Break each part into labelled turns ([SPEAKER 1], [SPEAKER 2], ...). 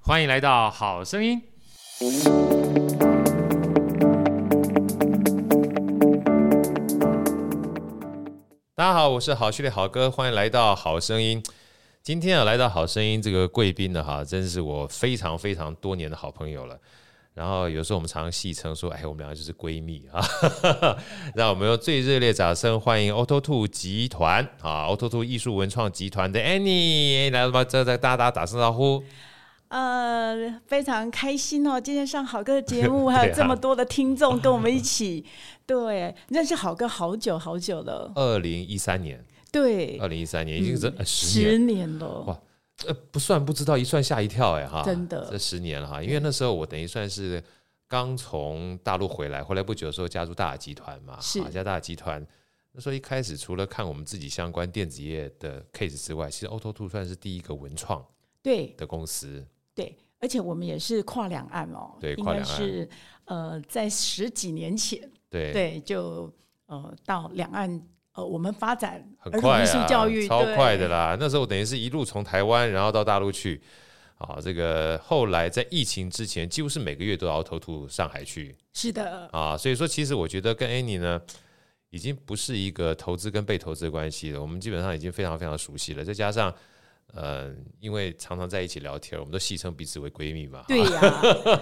[SPEAKER 1] 欢迎来到《好声音》。大家好，我是好序列好哥，欢迎来到《好声音》。今天啊，来到《好声音》这个贵宾呢，哈，真是我非常非常多年的好朋友了。然后有时候我们常常戏称说，哎，我们两个就是闺蜜啊。 让我们用最热烈掌声欢迎 Auto Two 集团啊，Auto Two 艺术文创集团的 Annie 哎来了吗？这这大家打声招呼。
[SPEAKER 2] 呃，非常开心哦！今天上好哥的 节目，
[SPEAKER 1] 啊
[SPEAKER 2] 还有这么多的听众跟我们一起，对，认识好哥好久好久了，
[SPEAKER 1] 二零一三年，
[SPEAKER 2] 对，嗯
[SPEAKER 1] 二零一三年已经是呃十
[SPEAKER 2] 十
[SPEAKER 1] 年，
[SPEAKER 2] 年了，
[SPEAKER 1] 呃不算不知道，一算吓一跳哎哈，
[SPEAKER 2] 真的
[SPEAKER 1] 这十年了哈，因为那时候我等于算是刚从大陆回来，回来不久的时候加入大雅集团嘛，
[SPEAKER 2] 是
[SPEAKER 1] 啊加大雅集团。那时候一开始除了看我们自己相关电子业的 case 之外，其实 Auto Two 算是第一个文创
[SPEAKER 2] 对
[SPEAKER 1] 的公司，
[SPEAKER 2] 对，而且我们也是跨两岸哦，
[SPEAKER 1] 对
[SPEAKER 2] 应
[SPEAKER 1] 跨
[SPEAKER 2] 该
[SPEAKER 1] 两岸
[SPEAKER 2] 是呃，在十几年前，
[SPEAKER 1] 对
[SPEAKER 2] 对，就呃到两岸呃，我们发展
[SPEAKER 1] 很快
[SPEAKER 2] 儿童
[SPEAKER 1] 啊，
[SPEAKER 2] 艺术教育
[SPEAKER 1] 超
[SPEAKER 2] 对
[SPEAKER 1] 快的啦。那时候我等于是一路从台湾，然后到大陆去。啊，这个后来在疫情之前，几乎是每个月都要投吐上海去
[SPEAKER 2] 是的，
[SPEAKER 1] 啊，所以说其实我觉得跟 Annie 呢，已经不是一个投资跟被投资的关系了，我们基本上已经非常非常熟悉了。再加上，呃，因为常常在一起聊天，我们都戏称彼此为闺蜜嘛。
[SPEAKER 2] 对呀、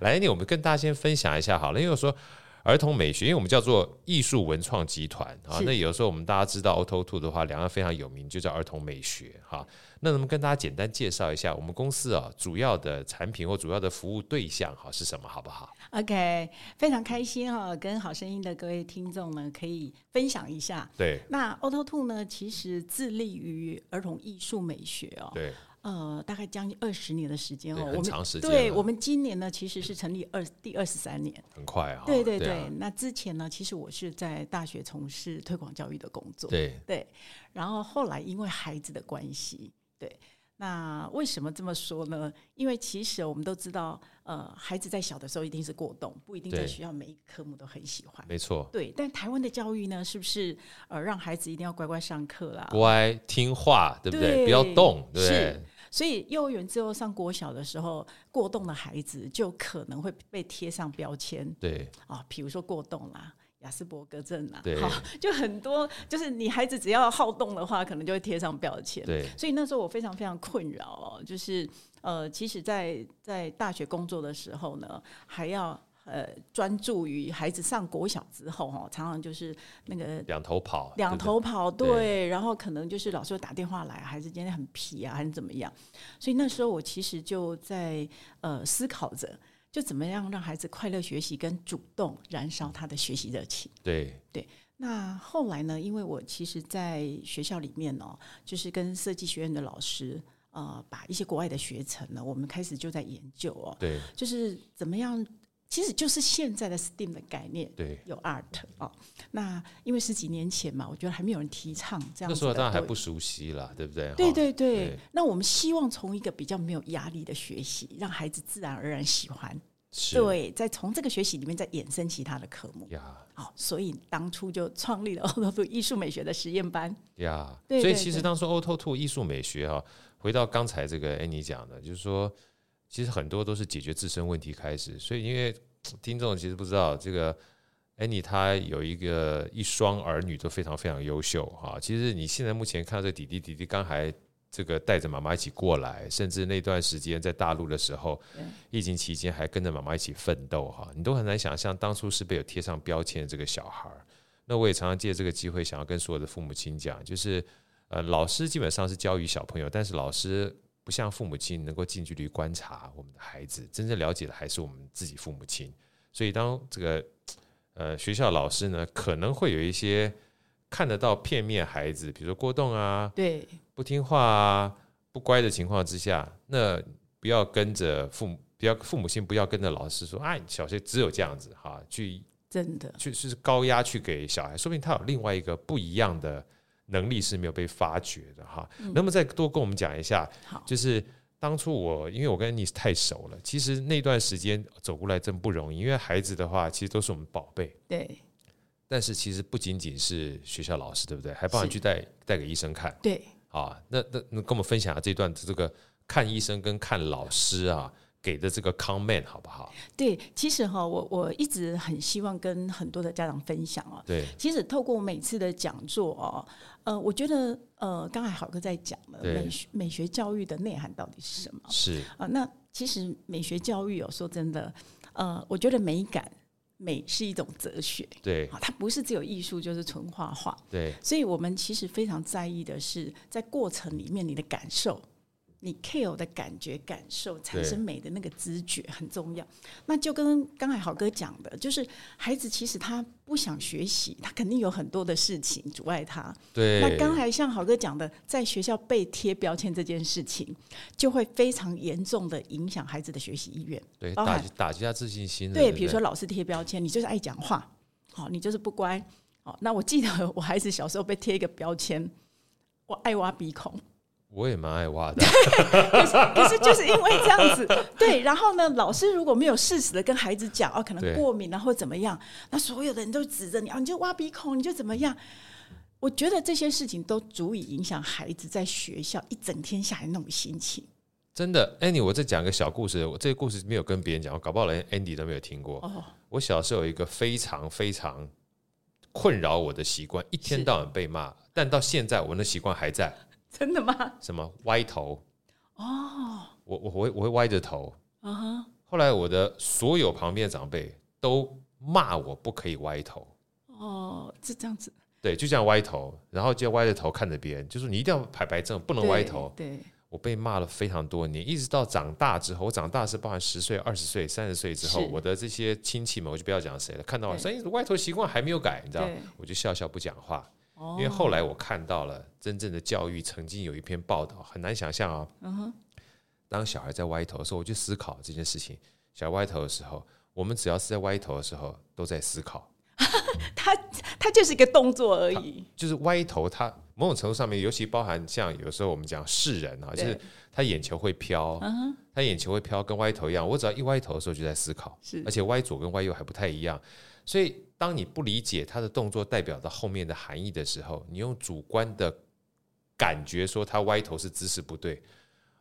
[SPEAKER 1] 来，Annie，我们跟大家先分享一下好了，因为我说儿童美学，因为我们叫做艺术文创集团啊。
[SPEAKER 2] 是
[SPEAKER 1] 那有时候我们大家知道 Auto Two 的话，两岸非常有名，就叫儿童美学哈、那能不能跟大家简单介绍一下我们公司啊主要的产品或主要的服务对象哈、是什么，好不好？
[SPEAKER 2] OK，非常开心哈、跟好声音的各位听众呢，可以分享一下。
[SPEAKER 1] 对
[SPEAKER 2] 那 Auto Two 呢，其实致力于儿童艺术美学哦，
[SPEAKER 1] 对，
[SPEAKER 2] 呃，大概将近二十年的时间
[SPEAKER 1] 对
[SPEAKER 2] 哦，我
[SPEAKER 1] 很
[SPEAKER 2] 们
[SPEAKER 1] 长时间了，
[SPEAKER 2] 对我们今年呢，其实是成立二第二十三年，
[SPEAKER 1] 很快哈、
[SPEAKER 2] 对对对。
[SPEAKER 1] 啊
[SPEAKER 2] 那之前呢，其实我是在大学从事推广教育的工作，
[SPEAKER 1] 对
[SPEAKER 2] 对，然后后来因为孩子的关系，对，那为什么这么说呢？因为其实我们都知道，呃，孩子在小的时候一定是过动，不一定在
[SPEAKER 1] 对
[SPEAKER 2] 学校每一个科目都很喜欢。
[SPEAKER 1] 没错，
[SPEAKER 2] 对，但台湾的教育呢，是不是呃让孩子一定要乖乖上课啦？
[SPEAKER 1] 乖听话，对不对？
[SPEAKER 2] 对
[SPEAKER 1] 不要动，对不对
[SPEAKER 2] 是？所以幼儿园之后上国小的时候，过动的孩子就可能会被贴上标签
[SPEAKER 1] 对
[SPEAKER 2] 啊，比如说过动啦、雅斯伯格症啦
[SPEAKER 1] 对，
[SPEAKER 2] 好，就很多就是你孩子只要好动的话，可能就会贴上标签。
[SPEAKER 1] 对
[SPEAKER 2] 所以那时候我非常非常困扰哦，就是呃，其实在，在大学工作的时候呢，还要呃专注于孩子上国小之后哦，常常就是那个
[SPEAKER 1] 两头跑，
[SPEAKER 2] 呃两
[SPEAKER 1] 对不
[SPEAKER 2] 头跑，对，
[SPEAKER 1] 对
[SPEAKER 2] 然后可能就是老师会打电话来，孩子今天很皮啊，还是怎么样？所以那时候我其实就在呃思考着，就怎么样让孩子快乐学习跟主动燃烧他的学习热情。
[SPEAKER 1] 对对
[SPEAKER 2] 那后来呢？因为我其实，在学校里面哦，就是跟设计学院的老师，呃，把一些国外的学程呢，我们开始就在研究哦，
[SPEAKER 1] 对
[SPEAKER 2] 就是怎么样，其实就是现在的 STEAM 的概念，
[SPEAKER 1] 对。
[SPEAKER 2] 有 art 哦。那因为十几年前嘛，我觉得还没有人提倡这
[SPEAKER 1] 那
[SPEAKER 2] 样子的，
[SPEAKER 1] 时候当然还不熟悉啦，对不对？
[SPEAKER 2] 对
[SPEAKER 1] 哈
[SPEAKER 2] 对对。
[SPEAKER 1] 对
[SPEAKER 2] 那我们希望从一个比较没有压力的学习，让孩子自然而然喜欢，
[SPEAKER 1] 是
[SPEAKER 2] 对，再从这个学习里面再衍生其他的科目。
[SPEAKER 1] 呀
[SPEAKER 2] 好、所以当初就创立了欧洲部艺术美学的实验班。
[SPEAKER 1] 呀。
[SPEAKER 2] 对
[SPEAKER 1] 所以
[SPEAKER 2] 对
[SPEAKER 1] 其实
[SPEAKER 2] 对
[SPEAKER 1] 当初 Auto Two 艺术美学哈、回到刚才这个 Annie 讲的，就是说，其实很多都是解决自身问题开始。所以因为听众其实不知道这个。Annie 她有一个一双儿女都非常非常优秀哈。其实你现在目前看到这弟弟，弟弟刚还这个带着妈妈一起过来，甚至那段时间在大陆的时候，疫情期间还跟着妈妈一起奋斗哈。你都很难想象当初是被有贴上标签的这个小孩儿。那我也常常借这个机会，想要跟所有的父母亲讲，就是呃，老师基本上是教育小朋友，但是老师。不像父母亲能够近距离观察我们的孩子，真正了解的还是我们自己父母亲。所以，当这个呃学校老师呢，可能会有一些看得到片面孩子，比如说过动啊、
[SPEAKER 2] 对
[SPEAKER 1] 不听话啊、不乖的情况之下，那不要跟着父母，不要父母亲不要跟着老师说，哎，小学只有这样子哈，去
[SPEAKER 2] 真的，
[SPEAKER 1] 去就是高压去给小孩，说不定他有另外一个不一样的能力是没有被发掘的哈。能不能再多跟我们讲一下？
[SPEAKER 2] 好，
[SPEAKER 1] 就是当初我因为我跟你太熟了，其实那段时间走过来真不容易，因为孩子的话其实都是我们宝贝。
[SPEAKER 2] 对
[SPEAKER 1] 但是其实不仅仅是学校老师，对不对？还帮你
[SPEAKER 2] 是
[SPEAKER 1] 去带带给医生看
[SPEAKER 2] 对。
[SPEAKER 1] 啊。那那那跟我们分享下这段这个看医生跟看老师啊给的这个 comment 好不好？
[SPEAKER 2] 对，其实哈，我我一直很希望跟很多的家长分享哦。
[SPEAKER 1] 对，
[SPEAKER 2] 其实透过每次的讲座哦，呃，我觉得呃，刚才好哥在讲了
[SPEAKER 1] 对
[SPEAKER 2] 美学美学教育的内涵到底是什么
[SPEAKER 1] 是
[SPEAKER 2] 啊、那其实美学教育哦，说真的，呃，我觉得美感美是一种哲学
[SPEAKER 1] 对
[SPEAKER 2] 啊，它不是只有艺术就是纯画画，
[SPEAKER 1] 对
[SPEAKER 2] 所以我们其实非常在意的是，在过程里面你的感受，你 care 的感觉、感受产生美的那个知觉很重要。那就跟刚才好哥讲的，就是孩子其实他不想学习，他肯定有很多的事情阻碍他。
[SPEAKER 1] 对。
[SPEAKER 2] 那刚才像好哥讲的，在学校被贴标签这件事情，就会非常严重的影响孩子的学习意愿。
[SPEAKER 1] 对
[SPEAKER 2] 包
[SPEAKER 1] 打
[SPEAKER 2] 含
[SPEAKER 1] 击打击他自信心了。
[SPEAKER 2] 对，
[SPEAKER 1] 不
[SPEAKER 2] 比如说老师贴标签，你就是爱讲话，好、你就是不乖。哦，那我记得我孩子小时候被贴一个标签，我爱挖鼻孔，
[SPEAKER 1] 我也蛮爱挖的，
[SPEAKER 2] 可是就是因为这样子，对。然后呢，老师如果没有适时的跟孩子讲，哦，可
[SPEAKER 1] 对
[SPEAKER 2] 能过敏啊或怎么样，那所有的人都指着你，啊，你就挖鼻孔，你就怎么样。我觉得这些事情都足以影响孩子在学校一整天下来那种心情。
[SPEAKER 1] 真的。Andy，我再讲个小故事，我这个故事没有跟别人讲，搞不好连 Andy 都没有听过。
[SPEAKER 2] 哦，
[SPEAKER 1] 我小时候有一个非常非常困扰我的习惯，一天
[SPEAKER 2] 是
[SPEAKER 1] 到晚被骂，但到现在我那习惯还在。
[SPEAKER 2] 真的吗？
[SPEAKER 1] 什么歪头？
[SPEAKER 2] 哦，
[SPEAKER 1] 我我我会我会歪着头。
[SPEAKER 2] 啊哈，
[SPEAKER 1] 后来我的所有旁边的长辈都骂我不可以歪头，
[SPEAKER 2] 哦，是这样子，
[SPEAKER 1] 对，就这样歪头，然后就歪着头看着别人，就是你一定要排排正，不能歪
[SPEAKER 2] 对
[SPEAKER 1] 头。
[SPEAKER 2] 对。
[SPEAKER 1] 我被骂了非常多年，一直到长大之后，我长大是包含十岁、二十岁、三十岁之后，
[SPEAKER 2] 是
[SPEAKER 1] 我的这些亲戚们，我就不要讲谁了，看到我
[SPEAKER 2] 对
[SPEAKER 1] 说：“哎，你的歪头习惯还没有改，你知道
[SPEAKER 2] 对？”
[SPEAKER 1] 我就笑笑不讲话，
[SPEAKER 2] 哦
[SPEAKER 1] 因为后来我看到了真正的教育，曾经有一篇报道，很难想象啊、
[SPEAKER 2] 嗯哼，
[SPEAKER 1] 当小孩在歪头的时候，我就思考这件事情。小孩歪头的时候，我们只要是在歪头的时候，都在思考，
[SPEAKER 2] 他他就是一个动作而已。
[SPEAKER 1] 就是歪头它。某种程度上面，尤其包含像有时候我们讲世人啊，就是
[SPEAKER 2] 对
[SPEAKER 1] 他眼球会飘，
[SPEAKER 2] 嗯，
[SPEAKER 1] 他眼球会飘，跟歪头一样。我只要一歪头的时候就在思考，
[SPEAKER 2] 是
[SPEAKER 1] 而且歪左跟歪右还不太一样。所以，当你不理解他的动作代表的后面的含义的时候，你用主观的感觉说他歪头是姿势不对，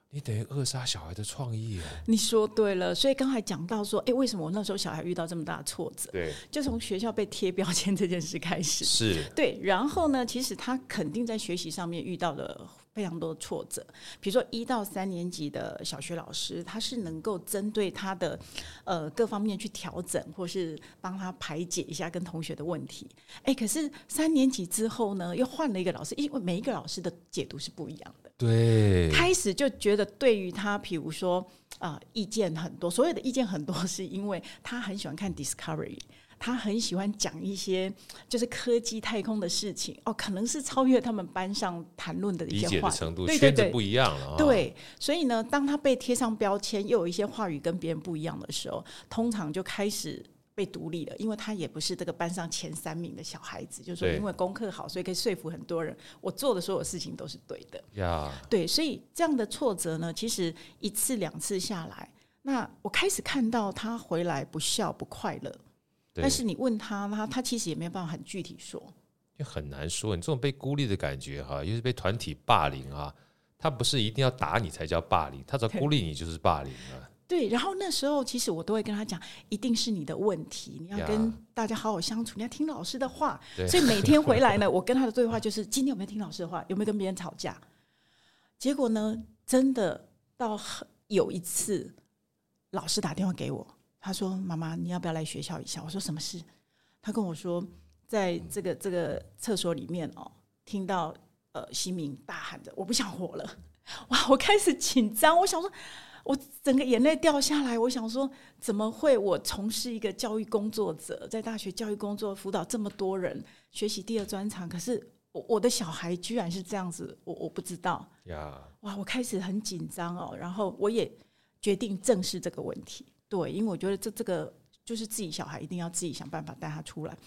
[SPEAKER 1] 你等于扼杀小孩的创意 哦。
[SPEAKER 2] 你说对了。所以刚才讲到说，哎，为什么我那时候小孩遇到这么大的挫折，
[SPEAKER 1] 对，
[SPEAKER 2] 就从学校被贴标签这件事开始。
[SPEAKER 1] 是，
[SPEAKER 2] 对，然后呢，其实他肯定在学习上面遇到了非常多的挫折。比如说一到三年级的小学老师，他是能够针对他的呃各方面去调整，或是帮他排解一下跟同学的问题。哎，可是三年级之后呢，又换了一个老师，因为每一个老师的解读是不一样的。
[SPEAKER 1] 对，
[SPEAKER 2] 开始就觉得对于他，比如说啊、呃意见很多，所有的意见很多，是因为他很喜欢看 Discovery。他很喜欢讲一些就是科技太空的事情哦，可能是超越他们班上谈论的一
[SPEAKER 1] 理
[SPEAKER 2] 些
[SPEAKER 1] 解
[SPEAKER 2] 话
[SPEAKER 1] 的
[SPEAKER 2] 题
[SPEAKER 1] 程度，
[SPEAKER 2] 对对
[SPEAKER 1] 圈子
[SPEAKER 2] 对
[SPEAKER 1] 不一样了、啊。，
[SPEAKER 2] 对，所以呢，当他被贴上标签，又有一些话语跟别人不一样的时候，通常就开始被独立了，因为他也不是这个班上前三名的小孩子，就是说
[SPEAKER 1] 对
[SPEAKER 2] 因为功课好，所以可以说服很多人，我做的所有事情都是对的。
[SPEAKER 1] 呀，
[SPEAKER 2] 对，所以这样的挫折呢，其实一次两次下来，那我开始看到他回来不笑不快乐，
[SPEAKER 1] 对
[SPEAKER 2] 但是你问他，他他其实也没有办法很具体说。
[SPEAKER 1] 就很难说。你这种被孤立的感觉哈、尤其是被团体霸凌啊，他不是一定要打你才叫霸凌，他只要孤立你就是霸凌啊了。
[SPEAKER 2] 对，然后那时候其实我都会跟他讲，一定是你的问题，你
[SPEAKER 1] 呀
[SPEAKER 2] 要跟大家好好相处，你要听老师的话
[SPEAKER 1] 对。
[SPEAKER 2] 所以每天 回来呢，我跟他的对话就是今天有没有听老师的话，有没有跟别人吵架？结果呢，真的到很有一次，老师打电话给我，他说：“妈妈，你要不要来学校一下？”我说：“什么事？”他跟我说，在这个这个厕所里面哦，听到呃西明大喊着：“我不想活了！” 哇，我开始紧张，我想说，我整个眼泪掉下来。我想说，怎么会？我从事一个教育工作者，在大学教育工作辅导这么多人学习第二专长，可是我我的小孩居然是这样子，我我不知道。
[SPEAKER 1] 呀，
[SPEAKER 2] 哇，我开始很紧张哦，然后我也决定正视这个问题。对，因为我觉得这这个就是自己小孩一定要自己想办法带他出来。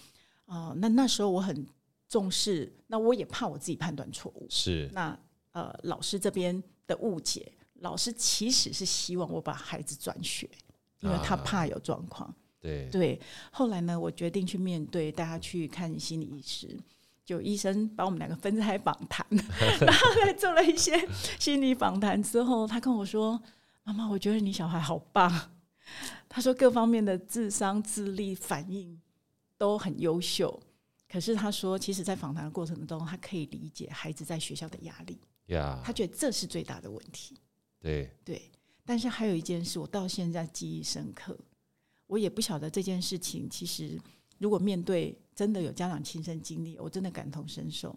[SPEAKER 2] 啊、那那时候我很重视，那我也怕我自己判断错误。
[SPEAKER 1] 是
[SPEAKER 2] 那呃，老师这边的误解，老师其实是希望我把孩子转学，因为他
[SPEAKER 1] 啊
[SPEAKER 2] 怕有状况。
[SPEAKER 1] 对
[SPEAKER 2] 对，后来呢，我决定去面对，带他去看心理医师。就医生把我们两个分开访谈， 然后来做了一些心理访谈之后，他跟我说：“妈妈，我觉得你小孩好棒。”他说各方面的智商、智力、反应都很优秀。可是他说，其实，在访谈的过程中，他可以理解孩子在学校的压力，
[SPEAKER 1] 呀
[SPEAKER 2] 他觉得这是最大的问题。
[SPEAKER 1] 对，
[SPEAKER 2] 对，但是还有一件事，我到现在记忆深刻，我也不晓得这件事情。其实，如果面对真的有家长亲身经历，我真的感同身受。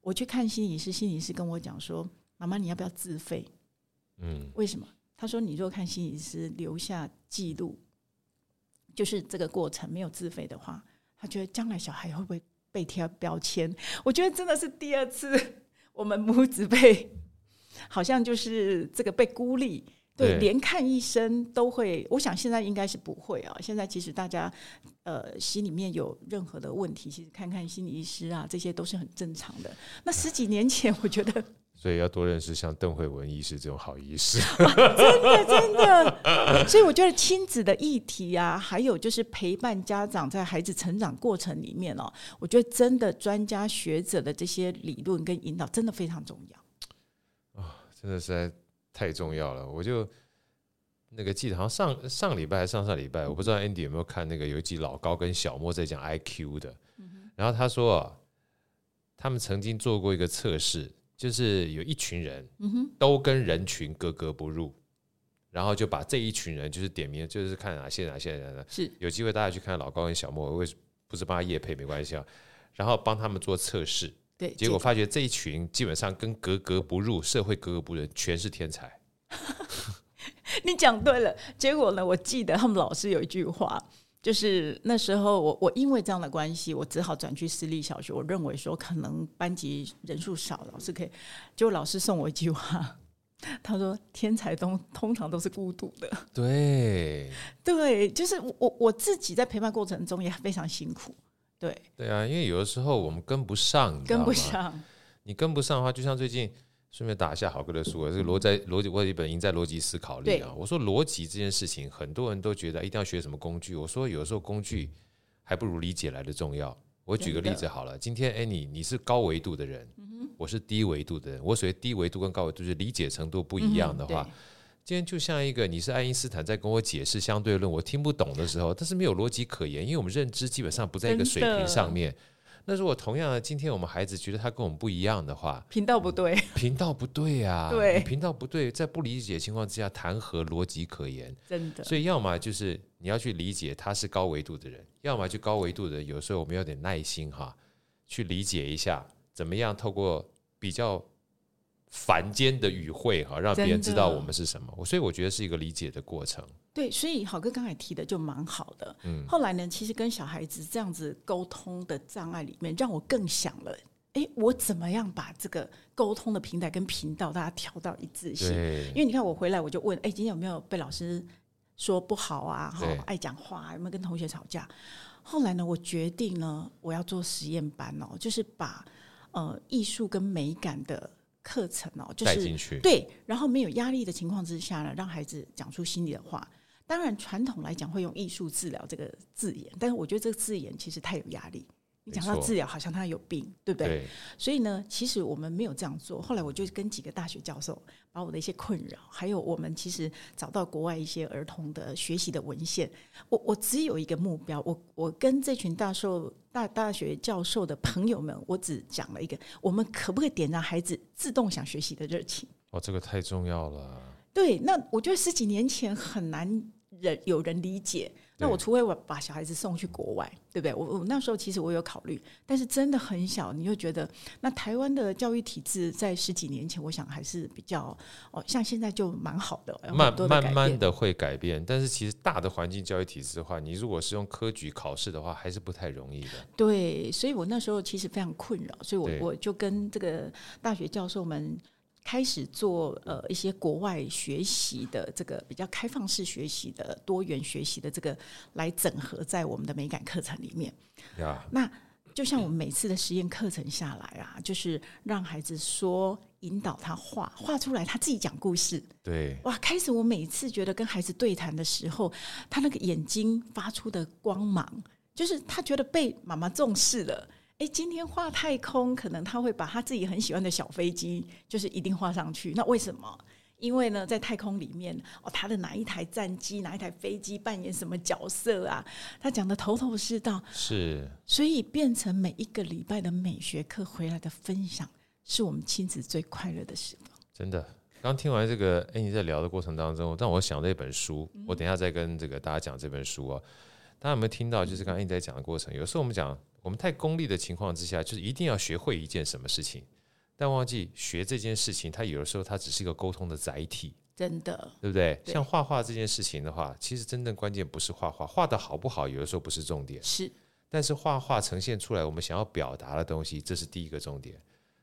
[SPEAKER 2] 我去看心理师，心理师跟我讲说：“妈妈，你要不要自费？
[SPEAKER 1] 嗯，
[SPEAKER 2] 为什么？”他说：“你若看心理师留下记录，就是这个过程没有自费的话，他觉得将来小孩会不会被贴标签？” 我觉得真的是第二次，我们母子被好像就是这个被孤立。对，
[SPEAKER 1] 对
[SPEAKER 2] 连看医生都会，我想现在应该是不会啊。现在其实大家，呃，心里面有任何的问题，其实看看心理医师啊，这些都是很正常的。那十几年前，我觉得
[SPEAKER 1] 所以要多认识像邓慧文医师这种好医师。
[SPEAKER 2] 真的，所以我觉得亲子的议题啊，还有就是陪伴家长在孩子成长过程里面哦，我觉得真的专家学者的这些理论跟引导真的非常重要。
[SPEAKER 1] 真的实在太重要了。我就那个记得，好像上上礼拜还是上上礼拜，我不知道
[SPEAKER 2] 嗯
[SPEAKER 1] Andy 有没有看那个有一集老高跟小莫在讲 IQ 的，
[SPEAKER 2] 嗯
[SPEAKER 1] 然后他说啊，他们曾经做过一个测试，就是有一群人
[SPEAKER 2] 嗯哼，
[SPEAKER 1] 都跟人群格格不入，然后就把这一群人就是点名，就是看哪些哪些人呢？
[SPEAKER 2] 是
[SPEAKER 1] 有机会大家去看老高跟小莫，为什不是帮他夜配没关系啊，然后帮他们做测试，
[SPEAKER 2] 对，
[SPEAKER 1] 结果发觉这一群基本上跟格格不入、社会格格不入的人全是天才。
[SPEAKER 2] 你讲对了。结果呢，我记得他们老师有一句话，就是那时候我我因为这样的关系，我只好转去私立小学。我认为说可能班级人数少，老师可以。结果老师送我一句话， 他说：“天才通通常都是孤独的。”
[SPEAKER 1] 对，
[SPEAKER 2] 对，就是我我我自己在陪伴过程中也非常辛苦，对，
[SPEAKER 1] 对啊，因为有的时候我们跟不上，你知道
[SPEAKER 2] 跟
[SPEAKER 1] 吗
[SPEAKER 2] 不。上，
[SPEAKER 1] 你跟不上的话，就像最近顺便打一下好哥的书啊，这个逻在逻辑，我有一本《赢在逻辑思考力》啊。我说逻辑这件事情，很多人都觉得一定要学什么工具，我说有时候工具还不如理解来的重要。我举个
[SPEAKER 2] 真的嗯
[SPEAKER 1] 例子好了，今天哎你你是高维度的人，我是低维度的人，我所谓低维度跟高维度就是理解程度不
[SPEAKER 2] 不
[SPEAKER 1] 一样的话，今天就像一个你是爱因斯坦在跟我解释相对论，我听不懂的时候，但是没有逻辑可言，因为我们认知基本上不在一个水平上面。那如果同样的，今天我们孩子觉得他跟我们不一样的话，
[SPEAKER 2] 频道不对，
[SPEAKER 1] 频道不对啊，
[SPEAKER 2] 对
[SPEAKER 1] 你频道不对，在不理解的情况之下，谈何逻辑可言？
[SPEAKER 2] 真的，
[SPEAKER 1] 所以，要么就是你要去理解他是高维度的人，要么就高维度的人，有时候我们有点耐心哈，去理解一下怎么样透过比较凡间的语汇哈，让别人知道我们是什么。我所以我觉得是一个理解的过程。
[SPEAKER 2] 对，所以好哥刚才提的就蛮好的，嗯，后来呢，其实跟小孩子这样子沟通的障碍里面，让我更想了，哎，我怎么样把这个沟通的平台跟频道大家调到一致性？
[SPEAKER 1] 对
[SPEAKER 2] 因为你看我回来我就问，哎，今天有没有被老师说不好啊？哈
[SPEAKER 1] 对，
[SPEAKER 2] 爱讲话、啊，有没有跟同学吵架？后来呢，我决定呢，我要做实验班哦，就是把呃艺术跟美感的课程哦，就
[SPEAKER 1] 带
[SPEAKER 2] 是
[SPEAKER 1] 进去，
[SPEAKER 2] 对，然后没有压力的情况之下呢，让孩子讲出心里的话。当然，传统来讲会用艺术治疗这个字眼，但是我觉得这个字眼其实太有压力。你讲到
[SPEAKER 1] 没错
[SPEAKER 2] 治疗，好像他有病，对不对？
[SPEAKER 1] 对
[SPEAKER 2] 所以呢，其实我们没有这样做。后来我就跟几个大学教授把我的一些困扰，还有我们其实找到国外一些儿童的学习的文献。我我只有一个目标，我我跟这群大授大大学教授的朋友们，我只讲了一个：我们可不可以点燃孩子自动想学习的热情？
[SPEAKER 1] 哦，这个太重要了。
[SPEAKER 2] 对，那我觉得十几年前很难人有人理解。那我除非我把小孩子送去国外，对不对？我我那时候其实我有考虑，但是真的很小，你就觉得那台湾的教育体制在十几年前，我想还是比较哦，像现在就蛮好的，有
[SPEAKER 1] 慢
[SPEAKER 2] 很多的改
[SPEAKER 1] 慢
[SPEAKER 2] 变
[SPEAKER 1] 慢的会改变，但是其实大的环境教育体制的话，你如果是用科举考试的话，还是不太容易的。
[SPEAKER 2] 对，所以我那时候其实非常困扰，所以
[SPEAKER 1] 对
[SPEAKER 2] 我我就跟这个大学教授们开始做呃一些国外学习的这个比较开放式学习的多元学习的这个来整合在我们的美感课程里面。
[SPEAKER 1] 呀，
[SPEAKER 2] 那就像我们每次的实验课程下来啊，就是让孩子说，引导他画，画出来他自己讲故事。
[SPEAKER 1] 对，
[SPEAKER 2] 哇，开始我每次觉得跟孩子对谈的时候，他那个眼睛发出的光芒，就是他觉得被妈妈重视了。哎、哎，今天画太空，可能他会把他自己很喜欢的小飞机，就是一定画上去。那为什么？因为呢，在太空里面，哦，他的哪一台战机、哪一台飞机扮演什么角色啊？他讲的头头是道，
[SPEAKER 1] 是
[SPEAKER 2] 所以变成每一个礼拜的美学课回来的分享，是我们亲子最快乐的时光。
[SPEAKER 1] 真的。刚听完这个，哎，你在聊的过程当中，让我想到一本书，我等一下再跟这个大家讲这本书啊。大家有没有听到？就是刚刚你在讲的过程，有时候我们讲，我们太功利的情况之下，就是一定要学会一件什么事情，但忘记学这件事情，它有的时候它只是一个沟通的载体，
[SPEAKER 2] 真的，
[SPEAKER 1] 对不对？
[SPEAKER 2] 对
[SPEAKER 1] 像画画这件事情的话，其实真正关键不是画画，画的好不好，有的时候不是重点。
[SPEAKER 2] 是
[SPEAKER 1] 但是画画呈现出来我们想要表达的东西，这是第一个重点。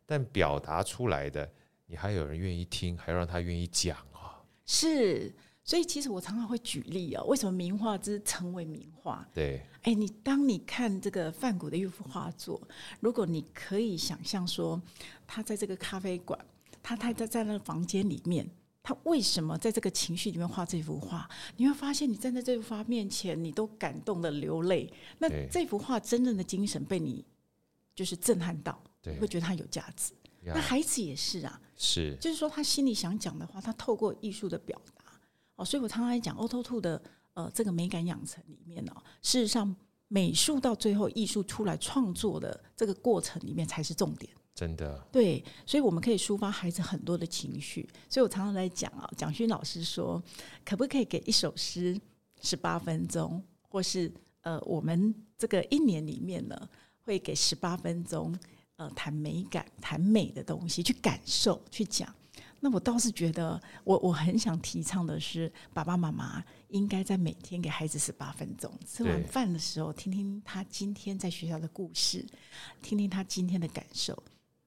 [SPEAKER 1] 但表达出来的，你还有人愿意听，还要让他愿意讲啊，
[SPEAKER 2] 是。所以其实我常常会举例哦，为什么名画之成为名画？
[SPEAKER 1] 对，
[SPEAKER 2] 哎，你当你看这个梵谷的一幅画作，如果你可以想象说，他在这个咖啡馆，他他在在那个房间里面，他为什么在这个情绪里面画这幅画？你会发现，你站在这幅画面前，你都感动的流泪。那
[SPEAKER 1] 对
[SPEAKER 2] 这幅画真正的精神被你就是震撼到，
[SPEAKER 1] 对
[SPEAKER 2] 你会觉得它有价值。
[SPEAKER 1] 呀
[SPEAKER 2] 那孩子也是啊，
[SPEAKER 1] 是
[SPEAKER 2] 就是说他心里想讲的话，他透过艺术的表达哦，所以我常常在讲 Auto Two 的呃这个美感养成里面哦，事实上美术到最后艺术出来创作的这个过程里面才是重点。
[SPEAKER 1] 真的，
[SPEAKER 2] 对，所以我们可以抒发孩子很多的情绪。所以我常常在讲啊，蒋勋老师说，可不可以给一首诗十八分钟，或是呃，我们这个一年里面呢，会给十八分钟，呃，谈美感、谈美的东西，去感受、去讲。那我倒是觉得我，我很想提倡的是，爸爸妈妈应该在每天给孩子十八分钟，吃完
[SPEAKER 1] 对
[SPEAKER 2] 饭的时候，听听他今天在学校的故事，听听他今天的感受。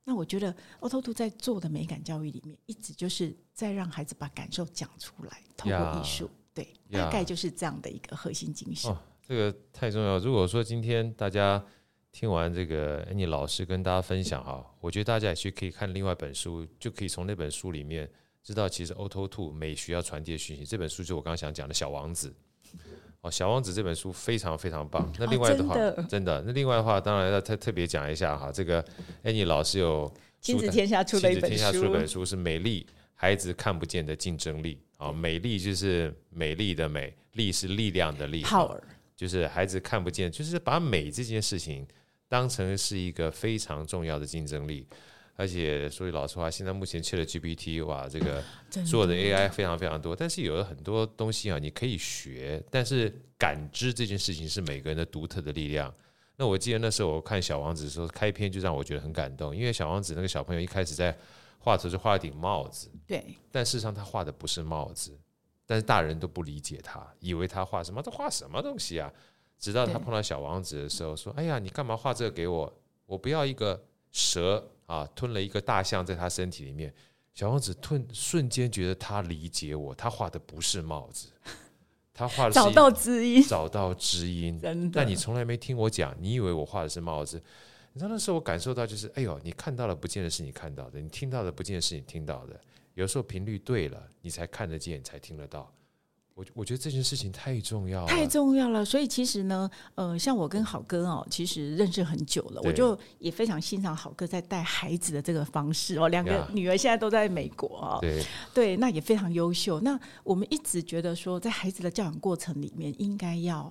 [SPEAKER 2] 那我觉得 Auto Two 在做的美感教育里面，一直就是在让孩子把感受讲出来，透过艺术对，
[SPEAKER 1] 呀
[SPEAKER 2] 大概就是这样的一个核心精神。
[SPEAKER 1] 哦这个太重要。如果说今天大家听完这个 Annie 老师跟大家分享啊，我觉得大家也去可以看另外一本书，就可以从那本书里面知道，其实 Auto Two 美学要传递的讯息。这本书就是我刚刚想讲的《小王子》。哦，《小王子》这本书非常非常棒。那
[SPEAKER 2] 哦
[SPEAKER 1] 另外的
[SPEAKER 2] 真
[SPEAKER 1] 话，
[SPEAKER 2] 的
[SPEAKER 1] 真的，那另外的话，当然要特特别讲一下哈，这个 Annie 老师有
[SPEAKER 2] 亲子天下出了一本
[SPEAKER 1] 亲子天下出了一本
[SPEAKER 2] 书，
[SPEAKER 1] 书是《美丽孩子看不见的竞争力》啊，美丽就是美丽的美，力是力量的力，
[SPEAKER 2] 泡儿
[SPEAKER 1] 就是孩子看不见，就是把美这件事情当成是一个非常重要的竞争力。而且说句老实话，现在目前缺了 GPT，哇，这个
[SPEAKER 2] 真
[SPEAKER 1] 做的 AI 非常非常多，但是有了很多东西啊，你可以学，但是感知这件事情是每个人的独特的力量。那我记得那时候我看《小王子》的时候，开篇就让我觉得很感动，因为小王子那个小朋友一开始在画的时候就画了顶帽子，
[SPEAKER 2] 对
[SPEAKER 1] 但事实上他画的不是帽子，但是大人都不理解他，以为他画什么，他画什么东西啊？直到他
[SPEAKER 2] 对
[SPEAKER 1] 碰到小王子的时候，说：“哎呀，你干嘛画这个给我？我不要一个蛇啊，吞了一个大象在他身体里面。”小王子瞬瞬间觉得他理解我，他画的不是帽子，他画的是
[SPEAKER 2] 找
[SPEAKER 1] 一
[SPEAKER 2] 到知音，
[SPEAKER 1] 找到知音，
[SPEAKER 2] 真的。
[SPEAKER 1] 但你从来没听我讲，你以为我画的是帽子？你知道那时候我感受到就是，哎呦，你看到了不见得是你看到的，你听到的不见得是你听到的。有时候频率对了，你才看得见，你才听得到。我我觉得这件事情太重要了，
[SPEAKER 2] 太重要了，所以其实呢，呃，像我跟好哥哦，其实认识很久了，
[SPEAKER 1] 对
[SPEAKER 2] 我就也非常欣赏好哥在带孩子的这个方式哦。两个
[SPEAKER 1] 呀
[SPEAKER 2] 女儿现在都在美国哦，
[SPEAKER 1] 对，
[SPEAKER 2] 对，那也非常优秀。那我们一直觉得说，在孩子的教养过程里面，应该要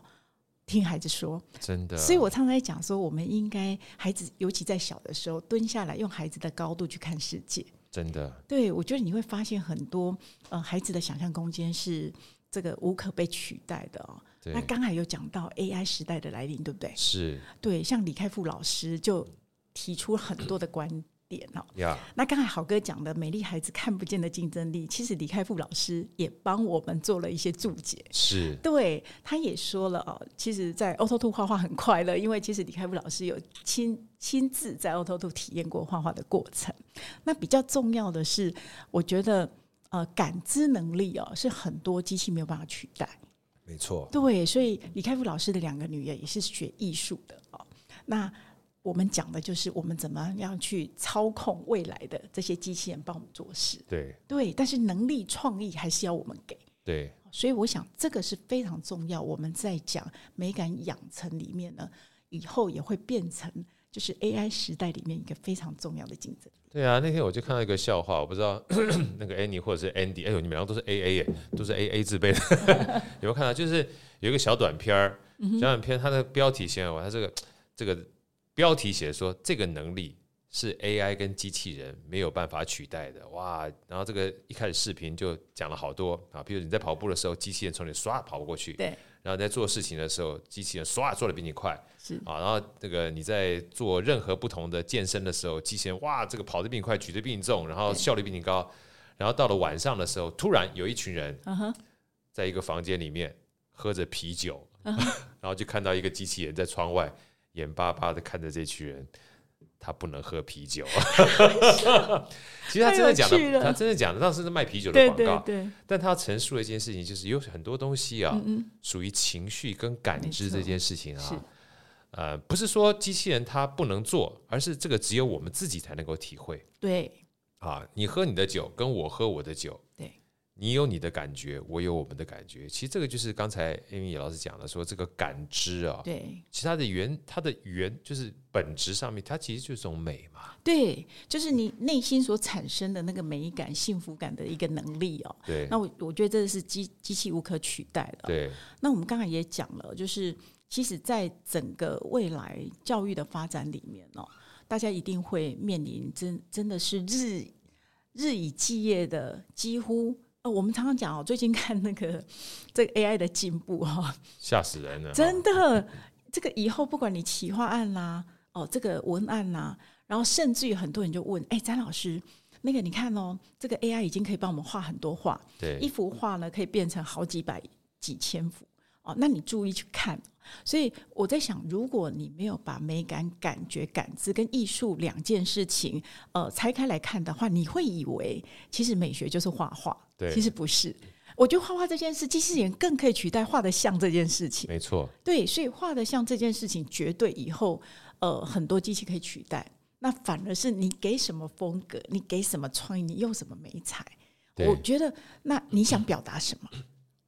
[SPEAKER 2] 听孩子说。
[SPEAKER 1] 真的。
[SPEAKER 2] 所以我常常在讲说，我们应该孩子，尤其在小的时候，蹲下来，用孩子的高度去看世界。
[SPEAKER 1] 真的
[SPEAKER 2] 对我觉得你会发现很多呃，孩子的想象空间是这个无可被取代的哦。
[SPEAKER 1] 对
[SPEAKER 2] 那刚才有讲到 AI 时代的来临，对不对？
[SPEAKER 1] 是
[SPEAKER 2] 对，像李开复老师就提出很多的观点哦。
[SPEAKER 1] 呀，
[SPEAKER 2] 那刚才好哥讲的“美丽孩子看不见的竞争力”，其实李开复老师也帮我们做了一些注解。
[SPEAKER 1] 是
[SPEAKER 2] 对，他也说了哦，其实，在 Auto Two 画画很快乐，因为其实李开复老师有亲亲自在 Auto Two 体验过画画的过程。那比较重要的是，我觉得呃，感知能力哦，是很多机器没有办法取代。
[SPEAKER 1] 没错，
[SPEAKER 2] 对，所以李开复老师的两个女儿也是学艺术的哦。那我们讲的就是我们怎么样去操控未来的这些机器人帮我们做事。
[SPEAKER 1] 对
[SPEAKER 2] 对，但是能力、创意还是要我们给。
[SPEAKER 1] 对
[SPEAKER 2] 所以我想这个是非常重要。我们在讲美感养成里面呢，以后也会变成就是 AI 时代里面一个非常重要的竞争。
[SPEAKER 1] 对啊，那天我就看到一个笑话，我不知道 那个 Annie 或者是 Andy，哎呦，你们两个都是 AA 耶，都是 AA 字辈的， 有没有看到？就是有一个小短片儿，小短片它的标题写我，它这个这个标题写说这个能力是 AI 跟机器人没有办法取代的，哇！然后这个一开始视频就讲了好多啊，比如你在跑步的时候，机器人从你唰跑过去，
[SPEAKER 2] 对，
[SPEAKER 1] 然后在做事情的时候，机器人唰做的比你快，
[SPEAKER 2] 是
[SPEAKER 1] 啊，然后这个你在做任何不同的健身的时候，机器人哇，这个跑得比你快，举得比你重，然后效率比你高，然后到了晚上的时候，突然有一群人
[SPEAKER 2] 嗯哼，
[SPEAKER 1] 在一个房间里面喝着啤 酒，
[SPEAKER 2] 嗯
[SPEAKER 1] 然后就看到一个机器人在窗外眼巴巴的看着这群人，他不能喝啤 酒。其实他真的讲
[SPEAKER 2] 太有趣
[SPEAKER 1] 的，
[SPEAKER 2] 了
[SPEAKER 1] 他真的讲的，当时是卖啤酒的
[SPEAKER 2] 对
[SPEAKER 1] 广
[SPEAKER 2] 对
[SPEAKER 1] 告，
[SPEAKER 2] 对，
[SPEAKER 1] 但他陈述了一件事情，就是有很多东西啊，
[SPEAKER 2] 嗯嗯，
[SPEAKER 1] 属于情绪跟感知
[SPEAKER 2] 没错
[SPEAKER 1] 这件事情
[SPEAKER 2] 是
[SPEAKER 1] 啊。呃，不是说机器人它不能做，而是这个只有我们自己才能够体会
[SPEAKER 2] 对
[SPEAKER 1] 啊。你喝你的酒，跟我喝我的酒，
[SPEAKER 2] 对，
[SPEAKER 1] 你有你的感觉，我有我们的感觉。其实这个就是刚才 Amy 老师讲的，说这个感知啊，
[SPEAKER 2] 对
[SPEAKER 1] 其实它的原它的原就是本质上面，它其实就是一种美嘛。
[SPEAKER 2] 对，就是你内心所产生的那个美感、幸福感的一个能力哦。
[SPEAKER 1] 对
[SPEAKER 2] 那我我觉得这是机机器无可取代的。哦
[SPEAKER 1] 对
[SPEAKER 2] 那我们刚才也讲了，就是其实，在整个未来教育的发展里面哦，大家一定会面临真真的是日日以继夜的，几乎呃，我们常常讲哦，最近看那个 这个 AI 的进步哦，
[SPEAKER 1] 吓死人了！
[SPEAKER 2] 真的，这个以后不管你企划案啦，哦，这个文案啦，然后甚至于很多人就问，哎，詹老师，那个你看哦，这个 AI 已经可以帮我们画很多画，一
[SPEAKER 1] 对
[SPEAKER 2] 幅画呢可以变成好几百、几千幅哦。那你注意去看。哦所以我在想，如果你没有把美感、感觉、感知跟艺术两件事情呃拆开来看的话，你会以为其实美学就是画画，
[SPEAKER 1] 对
[SPEAKER 2] 其实不是。我觉得画画这件事，机器人更可以取代画的像这件事情。
[SPEAKER 1] 没错，
[SPEAKER 2] 对，所以画的像这件事情，绝对以后呃很多机器可以取代。那反而是你给什么风格，你给什么创意，你用什么美材，
[SPEAKER 1] 对
[SPEAKER 2] 我觉得那你想表达什么？